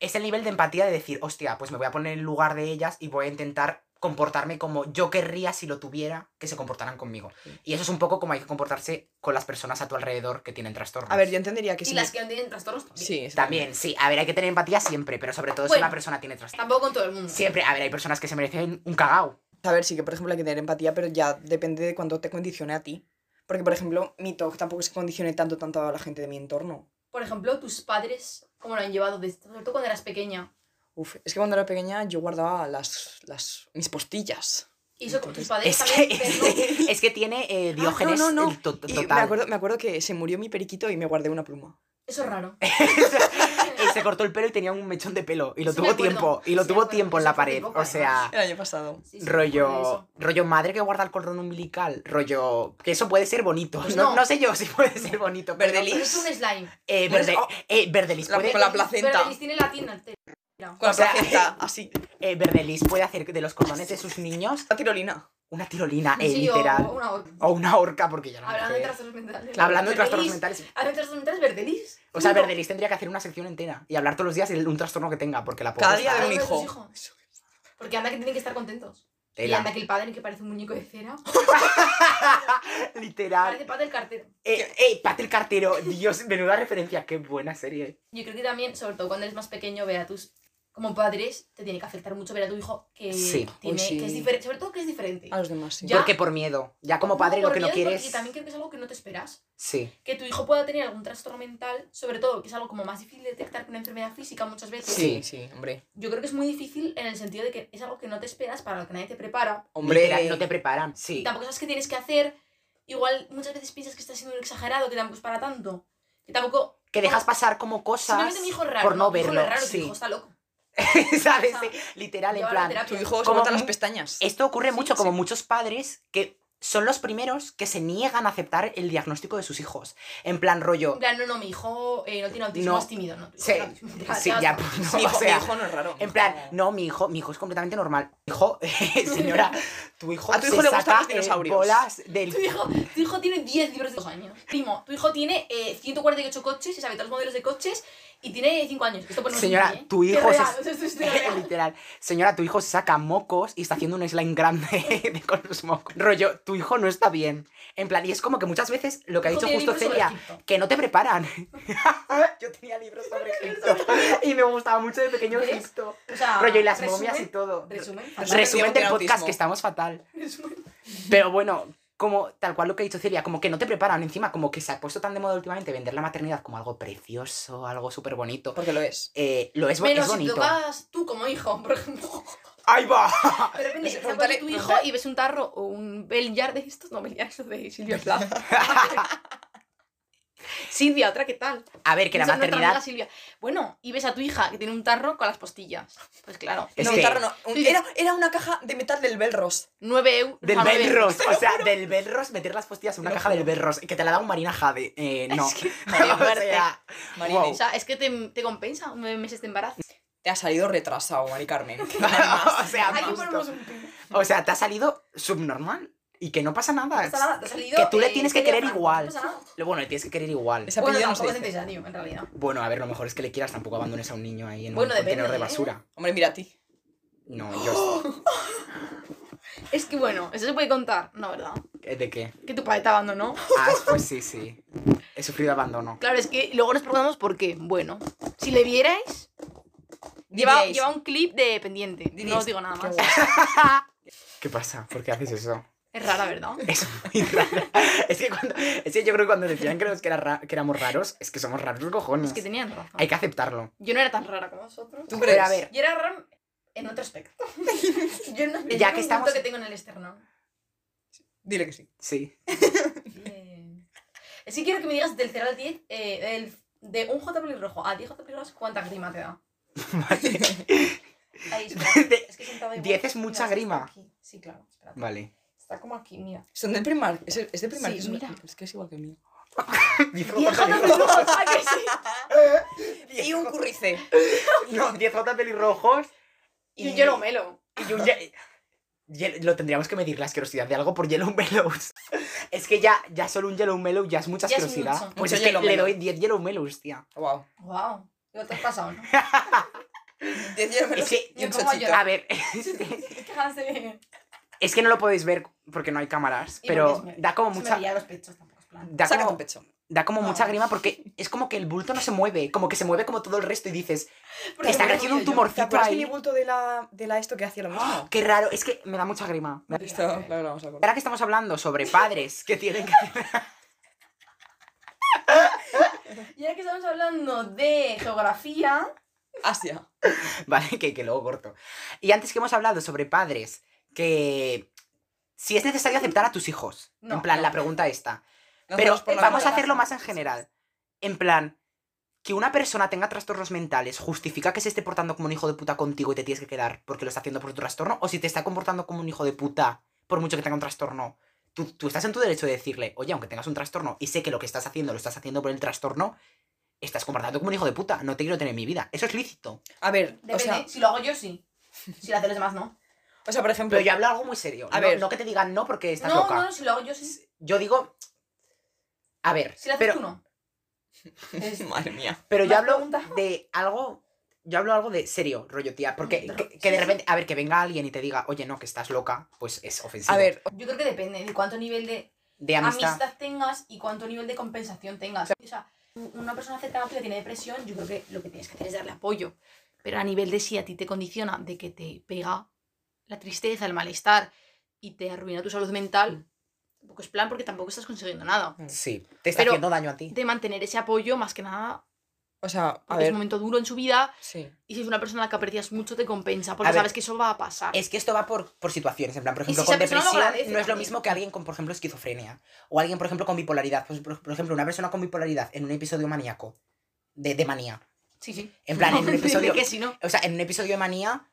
es el nivel de empatía de decir, hostia, pues me voy a poner en lugar de ellas y voy a intentar comportarme como yo querría si lo tuviera, que se comportaran conmigo.
Sí.
Y eso es un poco como hay que comportarse con las personas a tu alrededor que tienen trastornos.
A ver, yo entendería que
Y
sí.
las que no tienen trastornos también.
Sí, eso
También, sí, a ver, hay que tener empatía siempre, pero sobre todo si
Bueno.
una persona tiene trastornos.
Tampoco con todo el mundo.
Siempre, a ver, hay personas que se merecen un cagao.
A ver, sí que por ejemplo hay que tener empatía, pero ya depende de cuánto te condicione a ti. Porque, por ejemplo, mi talk tampoco se condicione tanto tanto a la gente de mi entorno.
por ejemplo, tus padres, cómo lo han llevado, desde, sobre todo cuando eras pequeña?
Uf, es que cuando era pequeña yo guardaba las, las, mis postillas.
Y eso con
Entonces,
tus padres
Es que,
también. pero no-
es que tiene eh,
no,
diógenes
no, no.
el to-
Y me,
total.
acuerdo, me acuerdo que se murió mi periquito y me guardé una pluma.
Eso es raro.
Él se cortó el pelo y tenía un mechón de pelo. Y lo
Sí, me
tuvo
acuerdo.
tiempo. Y lo
Sí, me
tuvo
acuerdo.
tiempo en
Eso
la
fue hace
pared.
poco,
O sea,
El año pasado.
Sí, sí, me acuerdo de
rollo.
eso.
Rollo madre que guarda el cordón umbilical. Rollo. Que eso puede ser bonito.
Pues
no,
no.
no sé yo si puede ser bonito. pero-
Verdelis.
Es un slime.
Eh, verde,
oh.
Pues,
eh, Verdelis
la
puede.
con la
Pero
placenta.
Liz tiene la tienda entera.
Con la
O sea,
placenta, así.
eh, Verdelis puede hacer de los cordones de sus niños
La tirolina.
una tirolina, eh,
Sí, o
literal. O,
una horca.
una horca, porque ya no
Hablando de
mujer.
trastornos mentales.
Hablando de trastornos
Verdelis.
mentales.
Hablando de trastornos mentales, Verdelis.
O sea,
Punto.
Verdelis tendría que hacer una sección entera y hablar todos los días de un trastorno que tenga, porque la pobre
Cada día
está
de un
Hablando de tus
hijo.
hijos. Porque anda que tienen que estar contentos. Y
tela.
anda que el padre que parece un muñeco de cera.
Ah. Literal.
Parece padre del cartero.
Eh, eh, Pat el cartero. Dios, menuda referencia. Qué buena serie.
Yo creo que también, sobre todo cuando eres más pequeño, ver a tus. Como padres, te tiene que afectar mucho ver a tu hijo que
Sí.
tiene.
Uy, sí.
que es diferente. Sobre todo que es diferente.
A los demás, sí.
Ya.
Porque por miedo. Ya como padre lo
por
que no
miedo y porque
quieres.
también creo que es algo que no te esperas.
Sí.
Que tu hijo pueda tener algún trastorno mental, sobre todo que es algo como más difícil de detectar que una enfermedad física muchas veces.
Sí, sí, hombre.
Yo creo que es muy difícil en el sentido de que es algo que no te esperas, para lo que nadie te prepara.
Hombre,
Literal, no te preparan. Sí.
Y tampoco sabes qué tienes que hacer. Igual muchas veces piensas que estás siendo un exagerado, que tampoco es para tanto. Que tampoco.
Que dejas pasar como cosas
Simplemente mi hijo es raro.
por no
mi hijo
verlo.
es raro, tu
sí.
hijo está loco.
¿Sabes?
O sea,
Sí, Literal, en
llevarlo a
plan.
terapia.
tu hijo se
Como
monta las
mu-
pestañas.
Esto ocurre
Sí,
mucho, como
sí.
muchos padres que son los primeros que se niegan a aceptar el diagnóstico de sus hijos. En plan rollo.
En plan, no, no, mi hijo eh, no tiene autismo,
No.
es tímido, ¿no? tu hijo
Sí,
tiene autismo.
Sí, ya, pues,
está.
no,
mi, hijo,
o sea,
mi hijo no es raro.
En plan, no, mi hijo, mi hijo es completamente normal. Hijo, eh, señora, tu hijo,
A tu hijo
se
le gustan
saca,
los
eh,
dinosaurios.
bolas del
Tu hijo, tu hijo tiene 10 libros de dos años. Primo, tu hijo tiene eh, 148 coches y sabe todos los modelos de coches y tiene 5 años. Esto ponemos
Señora,
aquí, ¿eh?
tu
Es
hijo
real,
se-
o sea, esto es real.
Literal. Señora, tu hijo se saca mocos y está haciendo un slime grande de- con los mocos. Rollo, tu hijo no está bien. En plan, y es como que muchas veces lo que ha
Tu
dicho
hijo tiene
justo
libros sobre
Celia,
Egipto.
que no te preparan. Yo tenía libros sobre Egipto y me gustaba mucho de pequeño
¿Ves?
Egipto.
O sea,
Rollo, y las
resumen-
momias y todo.
Resumen,
Resumen.
Resumen del
del
podcast
autismo.
que estamos fatal.
resumen.
Pero bueno, como tal cual lo que ha dicho Celia, como que no te preparan encima, como que se ha puesto tan de moda últimamente vender la maternidad como algo precioso, algo súper bonito.
Porque lo es.
Eh, lo es, bo-
Menos
es
si
bonito.
tocas tú como hijo, por ejemplo.
¡Ahí va!
De repente
Pues,
estás
pregúntale-
con tu hijo
pregúntale-
y ves un tarro o un Belliard de estos, no Belliard, estos de Silvia Plath. Silvia, otra, ¿qué tal?
A ver, que la
Esa es nuestra amiga
maternidad.
Silvia. Bueno, y ves a tu hija que tiene un tarro con las postillas. Pues claro,
Es
No,
que-
un tarro no, un-
Sí, sí.
era, era una caja de metal del Belros.
9 euros.
Del
o sea, 9 euros.
Belros, o sea, del Belros, meter las postillas en una
Te lo
caja del
juro.
Belros, que te la da un Marina Jade. Eh, no.
Es que,
O sea,
Marine,
wow.
o sea, es que te, te compensa nueve meses de embarazo.
te ha salido retrasado, Mari Carmen.
o sea,
Aquí
justo.
ponemos un pin.
O sea, te ha salido subnormal y que no pasa nada.
No pasa nada, te Pues ha salido,
Que tú le
eh,
tienes que
Celia
querer
Franco,
igual.
No pasa nada.
Lo bueno, le tienes que querer igual.
Ese
Bueno,
apellido no se
tampoco es
dice.
necesario, en realidad.
Bueno, a ver, lo mejor es que le quieras, tampoco abandones a un niño ahí en
Bueno,
un
depende,
contenedor de
¿eh?
basura.
Hombre, mira a ti.
No, yo
Es que bueno, eso se puede contar, no, ¿verdad?
sé. ¿De qué?
Que tu padre te abandonó.
Ah, pues sí, sí. He sufrido abandono.
Claro, es que luego nos preguntamos por qué. Bueno, si le vierais, lleva,
Diréis,
lleva un clip de pendiente.
diréis,
No os digo nada
qué
más.
guay.
¿Qué pasa? ¿Por qué haces eso?
Es rara, ¿verdad?
Es muy raro. Es que, cuando, es que yo creo que cuando decían que, los- que, era ra- que éramos raros, es que somos raros cojones.
Es que tenían razón.
Hay que aceptarlo.
Yo no era tan rara como vosotros.
¿Tú
Pero
crees?
a ver,
Yo era rara en otro aspecto. Yo no
que
yo tengo un
estamos-
punto que tengo en el esternón.
Dile que sí.
sí.
Bien. Es que quiero que me digas del 0 al 10, eh, del- de un J rojo a 10 J pelirrojos, ¿cuánta grima te da? Ahí, espera.
De-
es que sentado igual.
10 es mucha
Mira, está
grima.
aquí. Sí, claro. Espérate.
Vale.
Está como aquí, mira.
Son del primar. Es, es del primar.
Sí,
que son-
mira.
Es que es igual que el mío.
10
10 J pelirrojos, ¿a que sí?
Y un currice.
No, 10 J pelirrojos.
Y un hielo melo.
y un ye- ye- Lo tendríamos que medir la asquerosidad de algo por Yellow Mellows. Es que ya, ya solo un Yellow Mellow ya es mucha
Ya es
asquerosidad.
mucho.
Pues
Mucho
es que
Yellow
le
Mellow.
doy 10 Yellow Mellows, tía.
Wow.
Wow. Digo, te has pasado, ¿no?
Es
que
y un
yo como
chochito.
Ya.
A ver,
Es que ganas de-
es que no lo podéis ver porque no hay cámaras,
Y
pero
porque es me-
da como
se me
mucha.
veía los pechos tampoco, es plan.
Da
Saca
como,
tu pecho.
da como
No.
mucha grima porque es como que el bulto no se mueve, como que se mueve como todo el resto y dices,
Porque
está
me
creciendo un
río yo.
¿Te
tumorcito
acuerdas que mi
ahí.
bulto de la, de la esto que hacía lo
Ah.
mismo?
Qué raro, es que me da mucha grima. Me da-
Esto,
eh.
claro, lo vamos a cortar.
Ahora que estamos hablando sobre padres que tienen que
Y ahora que estamos hablando de geografía,
Asia.
Vale, que, que luego corto. Y antes que hemos hablado sobre padres, que si es necesario aceptar a tus hijos. en
No,
plan,
no.
la pregunta está.
No
Pero
hacemos por la
vamos a
mitad.
hacerlo
razón.
más en general. En plan, que una persona tenga trastornos mentales, ¿justifica que se esté portando como un hijo de puta contigo y te tienes que quedar porque lo está haciendo por tu trastorno? ¿O si te está comportando como un hijo de puta, por mucho que tenga un trastorno? Tú, tú estás en tu derecho de decirle, oye, aunque tengas un trastorno y sé que lo que estás haciendo lo estás haciendo por el trastorno, estás comportando como un hijo de puta, no te quiero tener en mi vida. Eso es lícito.
A ver,
depende.
o sea,
si lo hago yo, sí. Si lo hacen los demás, no.
o sea, por ejemplo,
Pero yo hablo algo muy serio.
A
no,
ver.
no que te digan no porque estás
No,
loca.
no, no, si lo hago yo, sí.
Yo digo. A ver,
Si lo haces
pero,
tú, no. Es-
madre mía.
pero yo
¿Más
hablo
preguntas?
de algo. Yo hablo algo de serio, rollo, tía. Porque
Mm,
que,
sí,
que de
sí.
repente. A ver, que venga alguien y te diga, oye, no, que estás loca, pues es ofensivo.
A ver,
Yo creo que depende de cuánto nivel de
De
amistad.
amistad.
tengas y cuánto nivel de compensación tengas. O sea, una persona cercana a ti que tiene depresión, yo creo que lo que tienes que hacer es darle apoyo. Pero a nivel de si a ti te condiciona, de que te pega la tristeza, el malestar y te arruina tu salud mental, tampoco es plan porque tampoco estás consiguiendo nada.
Sí, te está
Pero-
haciendo daño a ti.
De mantener ese apoyo, más que nada,
o sea, a
porque es
ver,
un momento duro en su vida
sí.
y si es una persona a la que aprecias mucho, te compensa porque
A ver,
sabes que eso va a pasar.
Es que esto va por, por situaciones, en plan, por
Y si
ejemplo,
esa
con
persona lo
depresión
agradece
no es lo
también.
mismo que alguien con, por ejemplo, esquizofrenia. O alguien, por ejemplo, con bipolaridad. Pues, por, por ejemplo, una persona con bipolaridad en un episodio maníaco. De, de manía.
Sí, sí.
En plan, en un
Dime
episodio.
que si no.
O sea, en un episodio de manía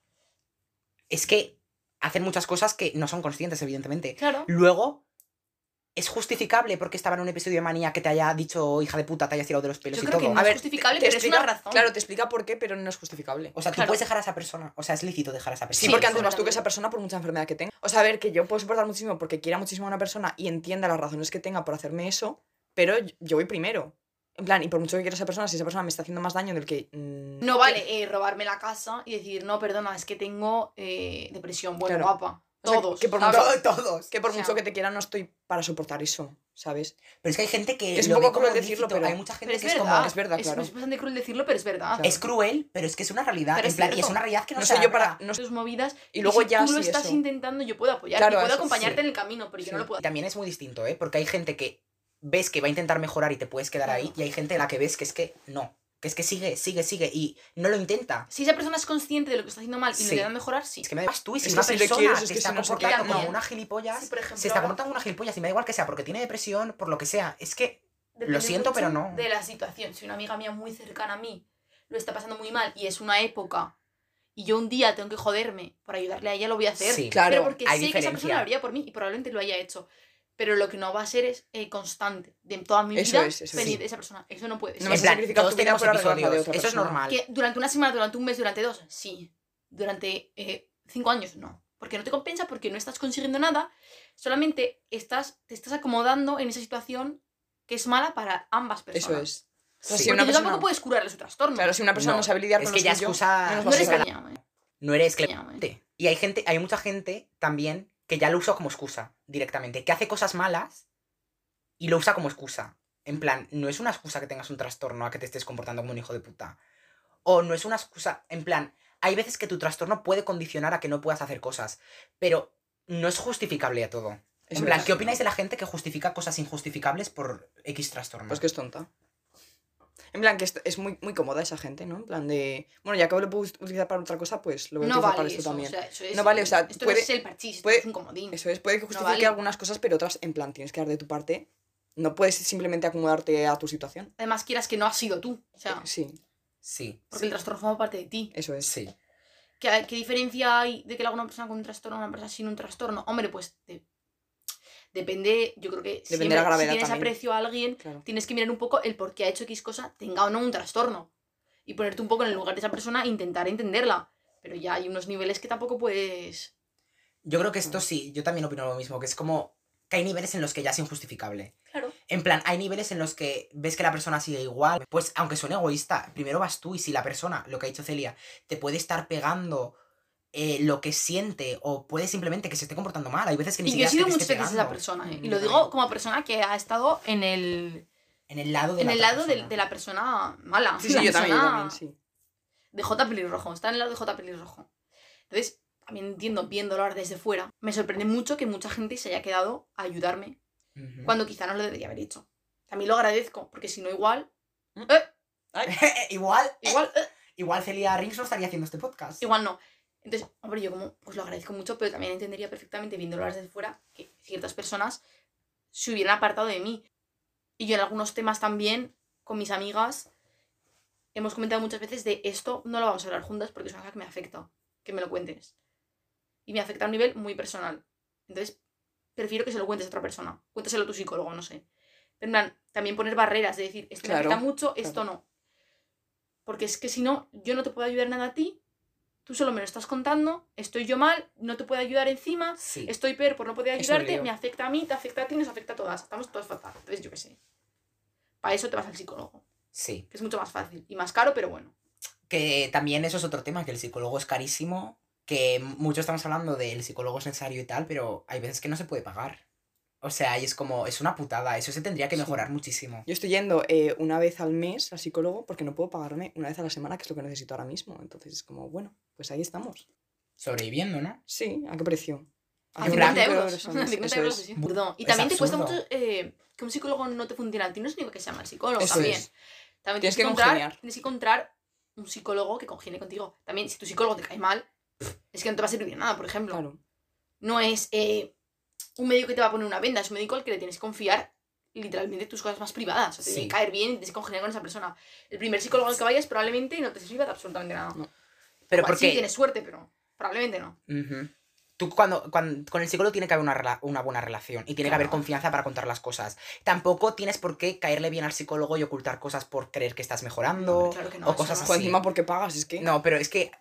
es que hacen muchas cosas que no son conscientes, evidentemente.
Claro.
Luego, es justificable porque estaba en un episodio de manía que te haya dicho hija de puta, te haya tirado de los pelos
Yo
y
creo
todo.
que no
A
es
ver,
justificable,
Te
pero es una
explica-
razón.
Claro, te explica por qué, pero no es justificable.
O sea, tú
Claro.
puedes dejar a esa persona. O sea, es lícito dejar a esa persona.
Sí, porque antes
sobre
vas tú que
todo.
esa persona por mucha enfermedad que tenga. O sea, a ver, que yo puedo soportar muchísimo porque quiera muchísimo a una persona y entienda las razones que tenga por hacerme eso, pero yo- yo voy primero. En plan, y por mucho que quiera esa persona, si esa persona me está haciendo más daño del que... mm,
No vale eh, robarme la casa y decir, no, perdona, es que tengo eh, depresión. Bueno,
Claro.
guapa.
O sea,
Todos.
que por
¿sabes?
mucho-
To- Todos.
Que por
O sea-
mucho que te quiera no estoy para soportar eso, ¿sabes?
Pero es que hay gente que.
Es un
lo
poco
ve como
cruel decirlo,
lícito.
pero-
Hay mucha
Pero
gente
es
que es
verdad.
como.
es verdad, claro.
Es bastante cruel decirlo, pero es verdad.
Claro.
Es cruel, pero es que es una realidad.
Pero
en
es
plan, y es
cierto.
una realidad que no,
No
se
soy yo
habla.
para... no
En
soy-
tus movidas.
Y luego
si
ya
tú lo
sí,
estás
eso.
intentando, yo puedo apoyar.
Claro,
y puedo
eso sí.
acompañarte en el camino, pero yo no
Sí.
lo puedo
Y también es muy distinto, ¿eh? Porque hay gente que ves que va a intentar mejorar y te puedes quedar ahí, y hay gente a la que ves que es que no, que es que sigue, sigue, sigue, y no lo intenta.
Si esa persona es consciente de lo que está haciendo mal y
Sí.
lo que da mejorar, sí.
Es que me das tú, y si
Es
una
que si le
persona
quieres,
que
es que
está
si no se
comportando
queda
como
bien.
una gilipollas,
Sí, por
Pues
ejemplo,
se está
ahora-
comportando como una gilipollas, y me da igual que sea porque tiene depresión, por lo que sea, es que
Depende
siento,
mucho
pero no.
De la situación. Si una amiga mía muy cercana a mí lo está pasando muy mal y es una época y yo un día tengo que joderme para ayudarle a ella, lo voy a hacer.
Sí.
Claro,
pero porque sé
hay
que esa persona
diferencia.
lo haría por mí y probablemente lo haya hecho. Pero lo que no va a ser es eh, constante de toda mi
Eso
vida
es, eso
pendiente
es.
de esa persona. Eso no puede
No
ser.
vas
en
a
plan,
sacrificar
todos
tu vida
tenemos
por arreglar la de
episodios, eso
otra
es
persona.
normal.
Que durante una semana, durante un mes, durante dos, sí. Durante eh, cinco años, no. Porque no te compensa, porque no estás consiguiendo nada. Solamente estás, te estás acomodando en esa situación que es mala para ambas personas.
Eso es.
Sí.
si
Porque
una
tú
persona-
tampoco puedes curarle su trastorno.
Claro, si una persona no,
No,
sabe lidiar
es
con
que
lo
ya
suyo,
excusa-
no nos
no
va a
eres ¿eh?
ayudar.
caña, güey.
No eres que
Caña, güey.
Sí. Y hay gente, hay mucha gente también que ya lo usa como excusa directamente, que hace cosas malas y lo usa como excusa. En plan, no es una excusa que tengas un trastorno a que te estés comportando como un hijo de puta. O no es una excusa, en plan, hay veces que tu trastorno puede condicionar a que no puedas hacer cosas, pero no es justificable a todo.
Eso
en plan,
es.
¿qué opináis de la gente que justifica cosas injustificables por X trastorno?
Pues que es tonta. En plan, que es, es muy, muy cómoda esa gente, ¿no? En plan de. Bueno, ya que lo puedo ut- utilizar para otra cosa, pues lo voy a
No
utilizar
vale
para esto
eso,
también.
o sea, eso es-
No vale, o sea,
esto
puede-
no es el parchís, esto
puede-
es un comodín.
Eso es, puede que justifique
vale.
algunas cosas, pero otras, en plan, tienes que dar de tu parte. No puedes simplemente acomodarte a tu situación. Eh,
Además, quieras que no has sido tú, o sea,
Sí,
Sí,
porque el trastorno forma parte de ti.
eso es.
sí.
¿Qué, qué diferencia hay de que le haga una persona con un trastorno a una persona sin un trastorno? Hombre, pues de- depende, yo creo que
Depende de la gravedad
si tienes
también.
aprecio a alguien,
Claro.
tienes que mirar un poco el por qué ha hecho X cosa, tenga o no un trastorno. Y ponerte un poco en el lugar de esa persona e intentar entenderla. Pero ya hay unos niveles que tampoco puedes...
Yo creo que esto sí, yo también opino lo mismo, que es como que hay niveles en los que ya es injustificable.
Claro.
En plan, hay niveles en los que ves que la persona sigue igual. Pues aunque suene egoísta, primero vas tú y si la persona, lo que ha dicho Celia, te puede estar pegando eh, lo que siente o puede simplemente que se esté comportando mal. Hay veces que ni
Y
siquiera
yo he
es que
sido
te
muchas
esté
veces esa
pegando.
persona, ¿eh? Y
Mm,
lo
vale.
digo como persona que ha estado en el,
En el lado de
en
la
el
otra
lado de,
persona.
de la persona mala.
Sí, sí,
la
yo también, yo
persona
también, sí.
De J. Pelirrojo, está en el lado de J. Pelirrojo. Entonces, también entiendo, viéndolo ahora desde fuera, me sorprende mucho que mucha gente se haya quedado a ayudarme
Ujú.
cuando quizá no lo debería haber hecho. También lo agradezco, porque si no, igual
igual,
Igual, eh,
igual Celia Rings no estaría haciendo este podcast.
igual no. Entonces, hombre, yo como, pues lo agradezco mucho, pero también entendería perfectamente, viéndolo desde fuera, que ciertas personas se hubieran apartado de mí. Y yo en algunos temas también, con mis amigas, hemos comentado muchas veces de esto no lo vamos a hablar juntas porque es una cosa que me afecta, que me lo cuentes. Y me afecta a un nivel muy personal. Entonces, prefiero que se lo cuentes a otra persona. Cuéntaselo a tu psicólogo, no sé. Pero en plan, también poner barreras, de decir, esto
Claro,
me afecta mucho, esto no. Porque es que si no, yo no te puedo ayudar en nada a ti, tú solo me lo estás contando, estoy yo mal, no te puedo ayudar encima,
Sí.
estoy peor por no poder
Es un
ayudarte,
lío.
me afecta a mí, te afecta a ti, nos afecta a todas, estamos todas fatal. Entonces, yo qué sé. Para eso te vas al psicólogo,
Sí.
que es mucho más fácil y más caro, pero bueno.
Que también eso es otro tema, que el psicólogo es carísimo, que mucho estamos hablando del psicólogo es necesario y tal, pero hay veces que no se puede pagar. O sea, y es como, es una putada, eso se tendría que
Sí.
mejorar muchísimo.
Yo estoy yendo eh, una vez al mes al psicólogo porque no puedo pagarme una vez a la semana, que es lo que necesito ahora mismo. Entonces es como, bueno, pues ahí estamos.
Sobreviviendo, ¿no?
Sí, ¿a qué precio?
A
En
50
plan,
euros.
al
50
mes, eso
euros,
es.
sí.
Bu-
Perdón. Y
es
también te cuesta
absurdo.
mucho eh, que un psicólogo no te funcione a ti. No es único que se llama el psicólogo
Eso
también.
es.
También
Tienes que
encontrar,
congeniar.
Tienes que encontrar un psicólogo que congene contigo. También, si tu psicólogo te cae mal, pff, es que no te va a servir de nada, por ejemplo.
Claro.
No es eh, un médico que te va a poner una venda, es un médico al que le tienes que confiar literalmente tus cosas más privadas. O sea, te
Sí.
tiene que caer bien y tienes que congeniar con esa persona. El primer psicólogo al que vayas probablemente no te sirva de absolutamente nada.
No.
Pero
Igual
porque...
Sí, tienes suerte, pero probablemente no.
Ujú. Tú cuando, cuando- con el psicólogo tiene que haber una, rela- una buena relación y tiene que haber
Claro.
confianza para contar las cosas. Tampoco tienes por qué caerle bien al psicólogo y ocultar cosas por creer que estás mejorando.
Claro que no.
o
eso
cosas
no.
así.
Pues encima porque pagas, es que...
Ah, No, pero es que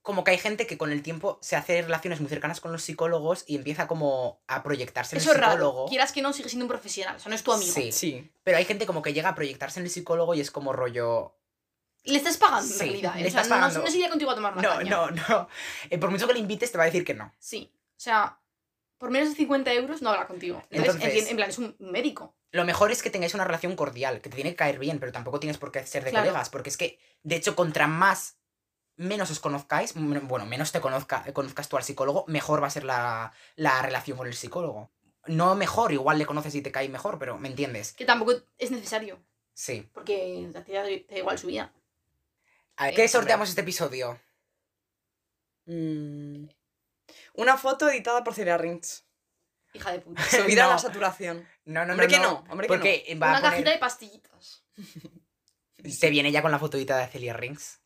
como que hay gente que con el tiempo se hace relaciones muy cercanas con los psicólogos y empieza como a proyectarse en
Eso
el
es
psicólogo.
raro. Quieras que no, sigue siendo un profesional. O sea, no es tu amigo.
Sí.
Sí.
Pero hay gente como que llega a proyectarse en el psicólogo y es como rollo...
Le estás pagando,
Sí,
en realidad. ¿eh?
le
O sea,
estás
no- no-
pagando.
No, se iría contigo a tomar una
No,
caña.
no, no. Eh, por mucho que le invites te va a decir que no.
Sí. O sea, por menos de 50 euros no habla contigo. Entonces,
Entonces-
entiende- en plan, es un médico.
lo mejor es que tengáis una relación cordial, que te tiene que caer bien, pero tampoco tienes por qué ser de
Claro.
colegas, porque es que, de hecho, contra más menos os conozcáis, men- bueno, menos te conozca, eh, conozcas tú al psicólogo, mejor va a ser la, la relación con el psicólogo. No mejor, igual le conoces y te cae mejor, pero ¿me entiendes?
Que tampoco es necesario.
Sí.
Porque a ti ya te da igual su vida.
A ver,
Eh,
¿Qué
hombre.
sorteamos este episodio?
Mm. Una foto editada por Celia Rings.
Hija de puta.
Subida a
No.
la saturación.
No, no, no.
hombre, que no, hombre, que
porque va
una
a poner-
cajita de pastillitas.
Te viene ya con la foto editada de Celia Rings.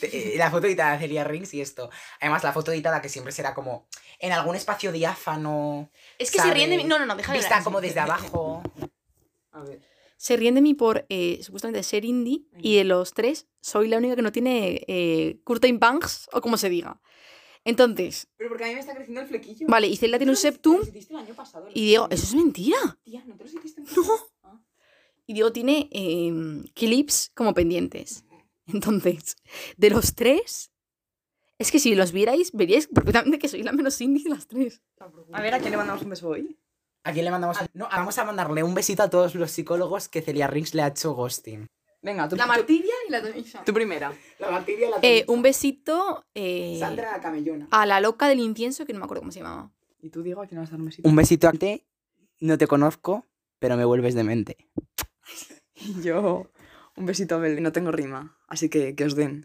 Te- eh, La foto editada de Celia Rings y esto. Además, la foto editada que siempre será como en algún espacio diáfano.
Es que
Sabe.
se ríen de mí. No, no, no, deja de
vista
hablar.
como desde abajo.
A ver.
Se ríen de mí por eh, supuestamente ser indie y de los tres soy la única que no tiene eh, curtain bangs o como se diga. Entonces,
Pero porque a mí me está creciendo el flequillo.
vale, y Celia tiene un septum
hiciste el año pasado.
y Diego, eso es mentira.
Tía, no te los hiciste. No.
Y Diego tiene eh, clips como pendientes. Entonces, de los tres, es que si los vierais, veríais perfectamente que soy la menos indie de las tres.
A ver, ¿a quién le mandamos un beso hoy?
¿A quién le mandamos? No, vamos a mandarle un besito a todos los psicólogos que Celia Rings le ha hecho ghosting.
Venga, tú, tú,
Martiria y la Tomisa.
tú primera.
La bacteria la
eh, un besito eh,
la camellona.
a la loca del incienso, que no me acuerdo cómo se llamaba.
Y tú, Diego, ¿a quién le vas a dar un besito?
Un besito a ti. No te conozco, pero me vuelves demente.
Y yo, un besito a Belén. No tengo rima, así que que os den.